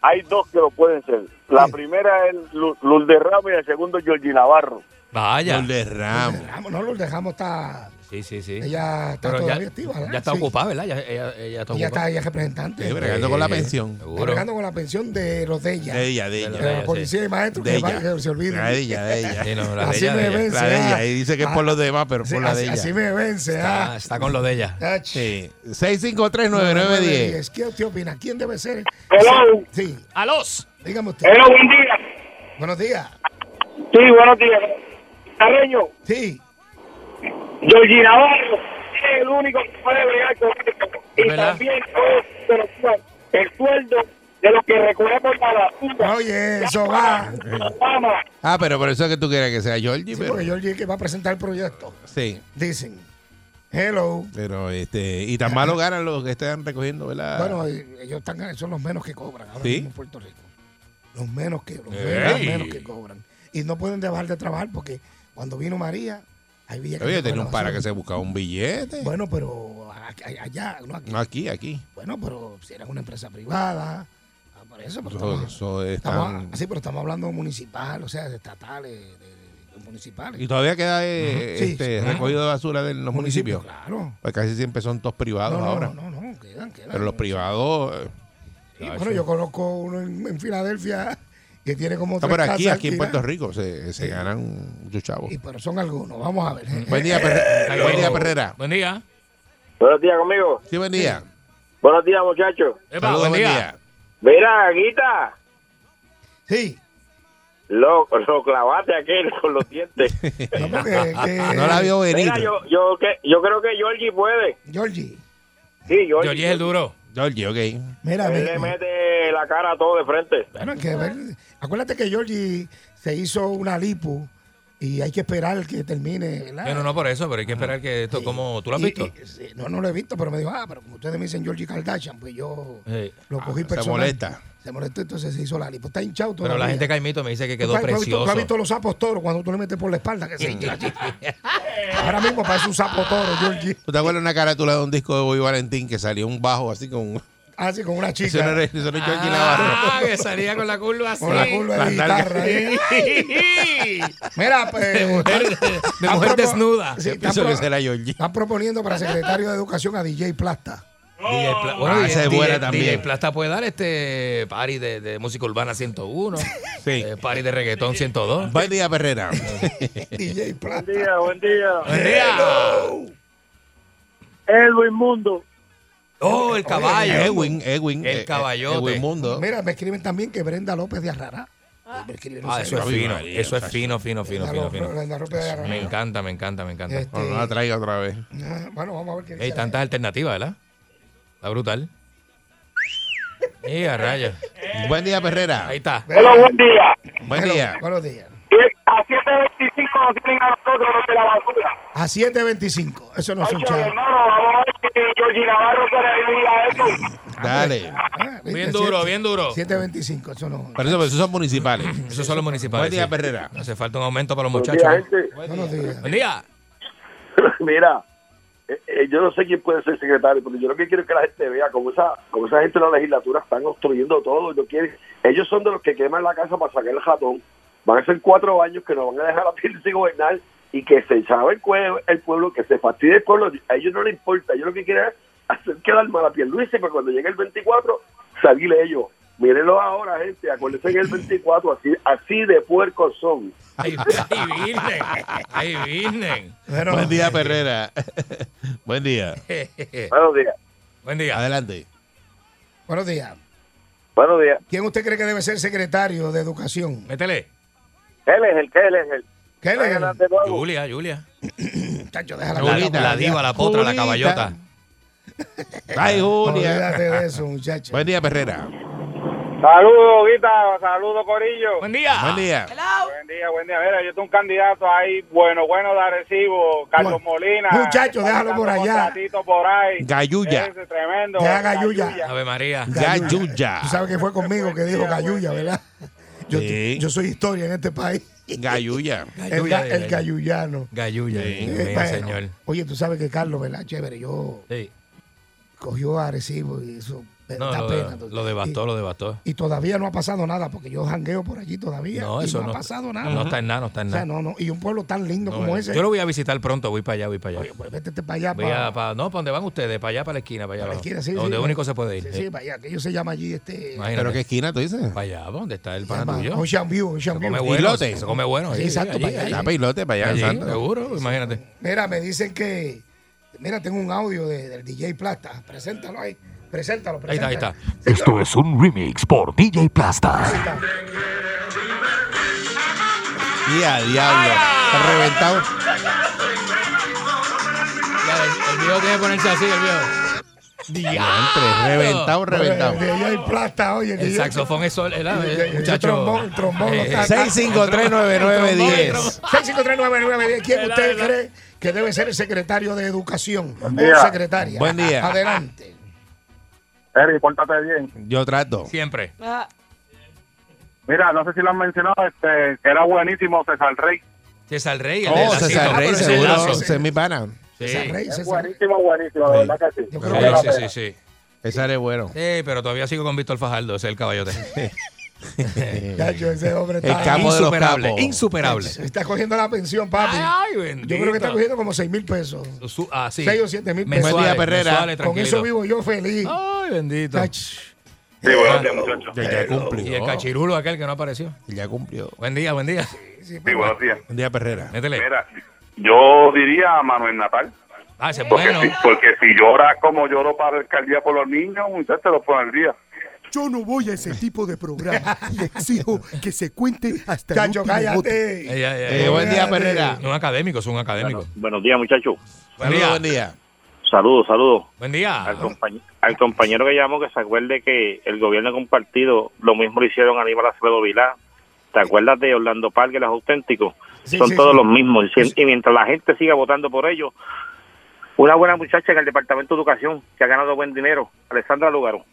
[SPEAKER 7] hay dos que lo pueden ser. La
[SPEAKER 4] Sí.
[SPEAKER 7] primera es Lu- Lourdes Ramos y el segundo es Georgie Navarro.
[SPEAKER 5] Vaya.
[SPEAKER 3] Los de Ramos.
[SPEAKER 4] Dejamos- no los dejamos, está,
[SPEAKER 5] Sí, sí, sí.
[SPEAKER 4] ella está
[SPEAKER 5] Pero
[SPEAKER 4] todavía
[SPEAKER 5] ya,
[SPEAKER 4] activa. ¿verdad?
[SPEAKER 5] ya está
[SPEAKER 4] Sí.
[SPEAKER 5] ocupada, ¿verdad? Ya, ella, ella está
[SPEAKER 4] Ella
[SPEAKER 5] ocupada.
[SPEAKER 4] está, ella es representante.
[SPEAKER 3] Sí,
[SPEAKER 4] Está
[SPEAKER 3] bregando con la
[SPEAKER 5] Sí,
[SPEAKER 3] pensión.
[SPEAKER 5] Seguro.
[SPEAKER 4] bregando con la pensión de los de ella.
[SPEAKER 3] De ella, de
[SPEAKER 4] De
[SPEAKER 3] ella.
[SPEAKER 5] ella,
[SPEAKER 4] la
[SPEAKER 5] sí.
[SPEAKER 4] policía y maestro
[SPEAKER 3] De
[SPEAKER 4] eh, que, va-
[SPEAKER 3] ella.
[SPEAKER 4] que se olviden.
[SPEAKER 3] La de ella, de ella.
[SPEAKER 5] Sí, no, la de
[SPEAKER 4] Así
[SPEAKER 5] ella, de
[SPEAKER 4] me
[SPEAKER 5] ella.
[SPEAKER 4] ven.
[SPEAKER 3] La de ella. Y dice que es por los demás, pero es
[SPEAKER 4] ah, Sí,
[SPEAKER 3] por la de
[SPEAKER 4] así,
[SPEAKER 3] ella.
[SPEAKER 4] así me vence.
[SPEAKER 5] Está,
[SPEAKER 4] Ah,
[SPEAKER 5] está con lo de ella.
[SPEAKER 4] Ach.
[SPEAKER 3] Sí. 6539910.
[SPEAKER 4] 9-10. ¿Qué usted opina? ¿Quién debe ser?
[SPEAKER 7] Hello. Eh.
[SPEAKER 4] Sí,
[SPEAKER 5] ¡A los!
[SPEAKER 4] dígame usted.
[SPEAKER 7] Pero buen día.
[SPEAKER 4] Buenos días.
[SPEAKER 7] Sí, buenos días. Guitarreño,
[SPEAKER 4] Sí,
[SPEAKER 7] Georgie Navarro es el único que puede bregar con esto. Y
[SPEAKER 5] ¿Verdad?
[SPEAKER 7] también todos se lo cuidan. el sueldo de los que recogemos para la puta.
[SPEAKER 4] oye, eso va.
[SPEAKER 7] Eh.
[SPEAKER 3] Ah, pero por eso es que tú quieres que sea Georgie,
[SPEAKER 4] Sí,
[SPEAKER 3] pero.
[SPEAKER 4] porque yo que va a presentar el proyecto.
[SPEAKER 3] Sí.
[SPEAKER 4] Dicen, hello.
[SPEAKER 3] Pero este, y tan malo ganan los que están recogiendo, ¿verdad?
[SPEAKER 4] Bueno, eh, ellos están, son los menos que cobran ahora
[SPEAKER 3] Ah. ¿Sí?
[SPEAKER 4] mismo en Puerto Rico. Los menos que, los menos, los
[SPEAKER 5] Ey.
[SPEAKER 4] menos que cobran. Y no pueden dejar de trabajar porque cuando vino María, hay villas
[SPEAKER 3] Oye,
[SPEAKER 4] se
[SPEAKER 3] tenía
[SPEAKER 4] cogen
[SPEAKER 3] un
[SPEAKER 4] la
[SPEAKER 3] para que se
[SPEAKER 4] basura.
[SPEAKER 3] buscaba un billete.
[SPEAKER 4] Bueno, pero a- a- allá, no aquí.
[SPEAKER 3] No, aquí, aquí.
[SPEAKER 4] Bueno, pero si eran una empresa privada, ah, por eso, pero
[SPEAKER 3] Eso-
[SPEAKER 4] estamos,
[SPEAKER 3] eso
[SPEAKER 4] estamos- ah,
[SPEAKER 3] están-
[SPEAKER 4] sí, pero estamos hablando municipal, o sea, de estatales, de, de- de municipales.
[SPEAKER 3] Y todavía queda eh,
[SPEAKER 4] Sí,
[SPEAKER 3] este,
[SPEAKER 4] sí.
[SPEAKER 3] recogido de basura de los municipios.
[SPEAKER 4] Claro.
[SPEAKER 3] Pues casi siempre son todos
[SPEAKER 4] No,
[SPEAKER 3] privados
[SPEAKER 4] no,
[SPEAKER 3] ahora.
[SPEAKER 4] no, no, quedan, quedan.
[SPEAKER 3] Pero los privados. eh,
[SPEAKER 4] Sí, bueno, yo conozco uno en, en Filadelfia que tiene como
[SPEAKER 3] está
[SPEAKER 4] tres
[SPEAKER 3] por aquí,
[SPEAKER 4] casas
[SPEAKER 3] aquí en
[SPEAKER 4] alquiladas.
[SPEAKER 3] Puerto Rico se, se ganan muchos chavos.
[SPEAKER 4] Y eh, pero son algunos, vamos a ver.
[SPEAKER 3] Buen día, Perrera. Buen día, Perrera.
[SPEAKER 5] Buen día.
[SPEAKER 7] Buenos días conmigo.
[SPEAKER 3] Sí, buen día.
[SPEAKER 7] Buenos días, muchachos.
[SPEAKER 5] Epa,
[SPEAKER 3] Saludos,
[SPEAKER 5] buen día.
[SPEAKER 7] Mira, Guita,
[SPEAKER 4] Sí,
[SPEAKER 7] lo, lo clavaste aquel con los dientes.
[SPEAKER 4] no, porque, que-
[SPEAKER 3] No la vio venir.
[SPEAKER 7] Mira, yo, yo, que, yo creo que Georgie puede.
[SPEAKER 4] Georgie,
[SPEAKER 7] Sí, Georgie.
[SPEAKER 5] Georgie es el duro.
[SPEAKER 3] Georgie, ok.
[SPEAKER 4] mira,
[SPEAKER 7] Él
[SPEAKER 4] mira,
[SPEAKER 7] le mete la cara a todo de frente.
[SPEAKER 4] bueno, hay que ver. Acuérdate que Georgie se hizo una lipo y hay que esperar que termine, ¿verdad?
[SPEAKER 5] Bueno, Ah. no por eso, pero hay que esperar que esto, como tú lo has
[SPEAKER 4] Y-
[SPEAKER 5] visto.
[SPEAKER 4] y- sí, no, no lo he visto, pero me dijo, ah, pero como ustedes me dicen Georgie Kardashian, pues yo
[SPEAKER 5] Sí.
[SPEAKER 4] lo cogí
[SPEAKER 3] Eh, ah, se
[SPEAKER 4] personal.
[SPEAKER 3] molesta.
[SPEAKER 4] Se molestó, entonces se hizo la lipo. Está hinchado
[SPEAKER 5] Pero la
[SPEAKER 4] todavía.
[SPEAKER 5] gente Caimito me dice que
[SPEAKER 4] ¿Tú
[SPEAKER 5] quedó
[SPEAKER 4] has- tú has visto- ¿Tú has visto
[SPEAKER 5] precioso.
[SPEAKER 4] los sapos toros cuando tú le metes por la espalda? Que se hincha así? Ahora mismo parece un sapo toro, Georgie.
[SPEAKER 3] ¿Tú te acuerdas una carátula de un disco de Boy Valentín que salió un bajo así con...
[SPEAKER 4] Así con una
[SPEAKER 3] Eso no
[SPEAKER 4] chica.
[SPEAKER 3] era, eso no es Georgie Navarro.
[SPEAKER 5] Ah, que salía con la curva así.
[SPEAKER 4] Con la curva de
[SPEAKER 3] Las nalgas.
[SPEAKER 4] guitarra. ahí. Mira, pues.
[SPEAKER 5] mujer- de
[SPEAKER 4] están
[SPEAKER 5] mujer
[SPEAKER 4] propo-
[SPEAKER 5] desnuda.
[SPEAKER 4] sí,
[SPEAKER 3] Yo
[SPEAKER 4] están,
[SPEAKER 3] pienso
[SPEAKER 4] pro-
[SPEAKER 3] que será Georgie.
[SPEAKER 4] están proponiendo para secretario de Educación a DJ Plasta.
[SPEAKER 5] DJ Pla- bueno,
[SPEAKER 3] Ah,
[SPEAKER 5] DJ,
[SPEAKER 3] esa es buena
[SPEAKER 5] DJ
[SPEAKER 3] también.
[SPEAKER 5] Plasta puede dar este party de, de música urbana 101,
[SPEAKER 3] Sí.
[SPEAKER 5] eh, party de reggaetón 102.
[SPEAKER 3] Buen día, Perrera.
[SPEAKER 4] DJ Plasta.
[SPEAKER 7] día, buen día.
[SPEAKER 5] ¡Buen día!
[SPEAKER 7] Edwin Mundo.
[SPEAKER 5] ¡Oh, el caballo!
[SPEAKER 3] Edwin, Edwin.
[SPEAKER 5] El
[SPEAKER 3] eh,
[SPEAKER 5] caballote.
[SPEAKER 3] Edwin Mundo.
[SPEAKER 4] Mira, me escriben también que Brenda López de Arrará. Me escriben, no
[SPEAKER 5] Ah,
[SPEAKER 4] sé,
[SPEAKER 5] eso es
[SPEAKER 3] Ave
[SPEAKER 5] fino,
[SPEAKER 3] María,
[SPEAKER 5] eso es
[SPEAKER 3] chacho.
[SPEAKER 5] fino, fino, fino,
[SPEAKER 4] Brenda
[SPEAKER 5] fino,
[SPEAKER 4] Ló-
[SPEAKER 5] fino.
[SPEAKER 4] Brenda López de Arrará.
[SPEAKER 5] Me encanta, me encanta, me encanta.
[SPEAKER 4] Este,
[SPEAKER 3] No, no la traiga otra vez.
[SPEAKER 4] ah, bueno, vamos a ver qué
[SPEAKER 5] Hay
[SPEAKER 4] dice.
[SPEAKER 5] tantas alternativas, ¿verdad? Está brutal. Mira, rayos.
[SPEAKER 3] Buen día, Perrera.
[SPEAKER 5] Eh. Ahí Ah, está.
[SPEAKER 7] Hola, buen día.
[SPEAKER 3] Buen
[SPEAKER 4] Hello,
[SPEAKER 3] día.
[SPEAKER 4] Buenos días.
[SPEAKER 7] Y A 725 nos tienen a nosotros los de la basura.
[SPEAKER 4] A 7.25. Eso no es un
[SPEAKER 7] Oye,
[SPEAKER 4] chavo.
[SPEAKER 7] hermano, vamos a ver si Georgie Navarro sobrevive a eso.
[SPEAKER 5] pues.
[SPEAKER 3] Dale.
[SPEAKER 4] Ah, viste,
[SPEAKER 5] Bien duro,
[SPEAKER 4] siete-
[SPEAKER 5] bien duro.
[SPEAKER 4] 7.25. Eso no.
[SPEAKER 3] Pero eso- pero esos son municipales.
[SPEAKER 5] Esos son los municipales.
[SPEAKER 3] Buen día,
[SPEAKER 5] sí.
[SPEAKER 3] Perrera.
[SPEAKER 5] Hace falta un aumento para los
[SPEAKER 7] Buenos
[SPEAKER 5] muchachos.
[SPEAKER 7] días,
[SPEAKER 5] ¿eh?
[SPEAKER 7] gente.
[SPEAKER 4] Buenos días.
[SPEAKER 5] Buen día.
[SPEAKER 7] Mira, eh, eh, yo no sé quién puede ser secretario, porque yo lo que quiero es que la gente vea como esa, como esa gente de la legislatura están obstruyendo todo. y No quieren, ellos son de los que queman la casa para sacar el ratón. Van a ser cuatro años que nos van a dejar a sin gobernar y que se sabe el, cue- el pueblo, que se fastidie el pueblo. A ellos no les importa. Ellos lo que quieren es hacer quedar mal a Pierluisi para cuando llegue el 24 salir ellos. Mírenlo ahora, gente. Acuérdense que el 24, así, así de puercos son.
[SPEAKER 5] Ay, ay, Virgen. Ay, Virgen.
[SPEAKER 4] Bueno,
[SPEAKER 3] Buen día, Perrera. Buen día.
[SPEAKER 7] Buenos días.
[SPEAKER 5] Buen día.
[SPEAKER 3] Adelante.
[SPEAKER 4] Buenos días.
[SPEAKER 7] Buenos días.
[SPEAKER 4] ¿Quién usted cree que debe ser secretario de Educación?
[SPEAKER 5] Métele.
[SPEAKER 7] Él es el que él es el.
[SPEAKER 4] ¿Qué le
[SPEAKER 7] Adelante, nuevo.
[SPEAKER 5] Julia, Julia.
[SPEAKER 4] Chacho, déjala
[SPEAKER 5] La,
[SPEAKER 3] Julita.
[SPEAKER 5] la diva, la potra, la
[SPEAKER 3] Julita.
[SPEAKER 5] caballota.
[SPEAKER 3] Ay,
[SPEAKER 4] Olvídate
[SPEAKER 3] Julia.
[SPEAKER 4] de eso, muchacho.
[SPEAKER 3] Buen día, Perrera.
[SPEAKER 8] Saludos, Guita. Saludos, Corillo.
[SPEAKER 5] Buen día.
[SPEAKER 3] Buen día.
[SPEAKER 6] Hello.
[SPEAKER 8] Buen día, buen día. Mira, yo tengo un candidato ahí, bueno, bueno de Arecibo, Carlos
[SPEAKER 4] Bueno,
[SPEAKER 8] Molina.
[SPEAKER 4] muchacho,
[SPEAKER 8] Está
[SPEAKER 4] déjalo por
[SPEAKER 8] sacando
[SPEAKER 4] allá.
[SPEAKER 8] contratito por ahí.
[SPEAKER 3] Gayuya.
[SPEAKER 8] Ese tremendo.
[SPEAKER 4] Ya, Gayuya.
[SPEAKER 5] Ave María.
[SPEAKER 3] Gayuya.
[SPEAKER 4] Tú sabes que fue conmigo que dijo Gayuya, ¿verdad? Yo,
[SPEAKER 3] Sí.
[SPEAKER 4] yo soy historia en este país.
[SPEAKER 3] Gayuya.
[SPEAKER 4] El,
[SPEAKER 5] Gayuya.
[SPEAKER 4] ga- el gayuyano.
[SPEAKER 5] Gayuya.
[SPEAKER 3] Sí.
[SPEAKER 5] Dios
[SPEAKER 4] Eh,
[SPEAKER 5] mío,
[SPEAKER 4] bueno,
[SPEAKER 5] señor.
[SPEAKER 4] Oye, tú sabes que Carlos, ¿verdad? Chévere, yo
[SPEAKER 5] Sí.
[SPEAKER 4] cogió a Arecibo y eso eh,
[SPEAKER 5] No,
[SPEAKER 4] da
[SPEAKER 5] lo,
[SPEAKER 4] pena.
[SPEAKER 5] lo devastó, lo devastó.
[SPEAKER 4] Y, y todavía no ha pasado nada, porque yo jangueo por allí todavía.
[SPEAKER 5] No,
[SPEAKER 4] y
[SPEAKER 5] eso
[SPEAKER 4] no,
[SPEAKER 5] no.
[SPEAKER 4] ha pasado nada.
[SPEAKER 5] No está en nada, no está en
[SPEAKER 4] o
[SPEAKER 5] nada.
[SPEAKER 4] sea, no, no. Y un pueblo tan lindo
[SPEAKER 5] No,
[SPEAKER 4] como
[SPEAKER 5] eh,
[SPEAKER 4] ese.
[SPEAKER 5] Yo lo voy a visitar pronto, voy para allá, voy para allá.
[SPEAKER 4] Pues vete para allá.
[SPEAKER 5] Voy
[SPEAKER 4] para-
[SPEAKER 5] a- pa- no, para donde van ustedes, para allá, para la esquina, para allá.
[SPEAKER 4] para la
[SPEAKER 5] abajo.
[SPEAKER 4] esquina, sí,
[SPEAKER 5] donde
[SPEAKER 4] sí,
[SPEAKER 5] único
[SPEAKER 4] sí.
[SPEAKER 5] se puede ir.
[SPEAKER 4] Sí,
[SPEAKER 5] eh.
[SPEAKER 4] sí, para allá, que ellos se llama allí este. oh,
[SPEAKER 5] Imagínate.
[SPEAKER 3] ¿Pero qué esquina tú dices?
[SPEAKER 5] Para allá, ¿dónde está el pana
[SPEAKER 4] llama
[SPEAKER 5] tuyo?
[SPEAKER 4] Ocean View, Ocean
[SPEAKER 5] Se
[SPEAKER 4] View.
[SPEAKER 5] come
[SPEAKER 3] Y
[SPEAKER 5] bueno,
[SPEAKER 3] lote.
[SPEAKER 5] se come bueno.
[SPEAKER 4] Sí, exacto,
[SPEAKER 5] allí,
[SPEAKER 4] para allá.
[SPEAKER 5] allí,
[SPEAKER 3] Ya pilote para allá.
[SPEAKER 5] allí,
[SPEAKER 3] santo.
[SPEAKER 5] seguro, imagínate.
[SPEAKER 4] Mira, me dicen que. Mira, tengo un audio de- del DJ Plata. Preséntalo ahí. Preséntalo,
[SPEAKER 5] Ahí está,
[SPEAKER 4] preséntalo.
[SPEAKER 5] ahí está.
[SPEAKER 9] Esto es un remix por DJ Plasta.
[SPEAKER 3] Y a diablo. Está reventado.
[SPEAKER 5] Ya, el, el viejo tiene que ponerse así, el viejo.
[SPEAKER 3] Diantre, Reventado, reventado.
[SPEAKER 4] El DJ Plata, oye.
[SPEAKER 5] El
[SPEAKER 4] DJ
[SPEAKER 5] saxofón es sol, el, el,
[SPEAKER 4] el- el
[SPEAKER 5] muchacho.
[SPEAKER 4] trombón, el trombón,
[SPEAKER 5] Eh,
[SPEAKER 4] no está-
[SPEAKER 3] 6539910.
[SPEAKER 4] 6539910. ¿Quién usted cree que debe ser el secretario de Educación? O secretaria.
[SPEAKER 3] Buen día.
[SPEAKER 4] Adelante.
[SPEAKER 8] Eri, pórtate bien.
[SPEAKER 3] Yo trato.
[SPEAKER 5] siempre.
[SPEAKER 6] Ah,
[SPEAKER 8] Mira, no sé si lo han mencionado, este, que era buenísimo César Rey.
[SPEAKER 5] César Rey, el del
[SPEAKER 3] Oh,
[SPEAKER 5] lacito.
[SPEAKER 3] César
[SPEAKER 5] Ah,
[SPEAKER 3] Rey,
[SPEAKER 5] pero ese
[SPEAKER 3] seguro.
[SPEAKER 5] lazo.
[SPEAKER 3] Ese es mi pana.
[SPEAKER 5] Sí,
[SPEAKER 4] César
[SPEAKER 5] sí,
[SPEAKER 4] Rey, César Rey.
[SPEAKER 8] buenísimo,
[SPEAKER 3] de verdad
[SPEAKER 8] que
[SPEAKER 4] Yo creo que
[SPEAKER 5] sí,
[SPEAKER 4] la-
[SPEAKER 5] sí, sí.
[SPEAKER 3] César es bueno.
[SPEAKER 5] Sí, pero todavía sigo con Víctor Fajardo, ese es el caballote.
[SPEAKER 4] Ya, yo, ese hombre
[SPEAKER 3] El
[SPEAKER 4] está.
[SPEAKER 3] capo de los
[SPEAKER 5] insuperable,
[SPEAKER 3] capos.
[SPEAKER 5] insuperable.
[SPEAKER 4] Está cogiendo la pensión, papi.
[SPEAKER 5] Ay,
[SPEAKER 4] yo creo que está
[SPEAKER 5] bendito.
[SPEAKER 4] cogiendo como 6 mil pesos.
[SPEAKER 5] Su- ah, sí.
[SPEAKER 4] Seis o siete mil pesos.
[SPEAKER 5] Mensuales,
[SPEAKER 3] Buen día, Perrera.
[SPEAKER 5] mensuales,
[SPEAKER 4] Con
[SPEAKER 5] tranquilito.
[SPEAKER 4] eso vivo yo feliz.
[SPEAKER 5] Ay, bendito.
[SPEAKER 4] Ach, Ah,
[SPEAKER 3] Ya, ya
[SPEAKER 5] Y el
[SPEAKER 3] cumplió.
[SPEAKER 5] cachirulo aquel que no apareció.
[SPEAKER 3] Ya cumplió.
[SPEAKER 5] Buen día, buen día.
[SPEAKER 4] sí,
[SPEAKER 8] Sí,
[SPEAKER 4] pero-
[SPEAKER 8] buenos días.
[SPEAKER 3] Un día Perrera.
[SPEAKER 5] Métele.
[SPEAKER 8] Mira, yo diría a Manuel Natal.
[SPEAKER 5] Ah, ese es
[SPEAKER 8] Porque,
[SPEAKER 5] bueno.
[SPEAKER 8] si, porque si llora como lloro para la alcaldía por los niños, muchachos, los pone al día.
[SPEAKER 10] Yo no voy a ese tipo de programa y exijo que se cuente hasta el
[SPEAKER 4] Chacho,
[SPEAKER 10] último voto.
[SPEAKER 5] Eh,
[SPEAKER 4] cállate.
[SPEAKER 5] ya, ya,
[SPEAKER 3] Eh,
[SPEAKER 5] ya.
[SPEAKER 3] buen día, Perrera.
[SPEAKER 5] Un académico, es un académico.
[SPEAKER 8] Buenos días, muchachos.
[SPEAKER 5] Buen
[SPEAKER 3] Saludos,
[SPEAKER 5] día.
[SPEAKER 3] buen día.
[SPEAKER 8] Saludos, saludos.
[SPEAKER 5] Buen día.
[SPEAKER 8] Al, compañ- al compañero que llamó que se acuerde que el gobierno compartido lo mismo lo hicieron a Aníbal Acevedo Vilá. ¿Te acuerdas de Orlando Parque, los auténticos?
[SPEAKER 4] Sí,
[SPEAKER 8] Son
[SPEAKER 4] sí,
[SPEAKER 8] todos
[SPEAKER 4] sí.
[SPEAKER 8] los mismos. Y, si- y mientras la gente siga votando por ellos, una buena muchacha que el Departamento de Educación, que ha ganado buen dinero, Alessandra Lugaro.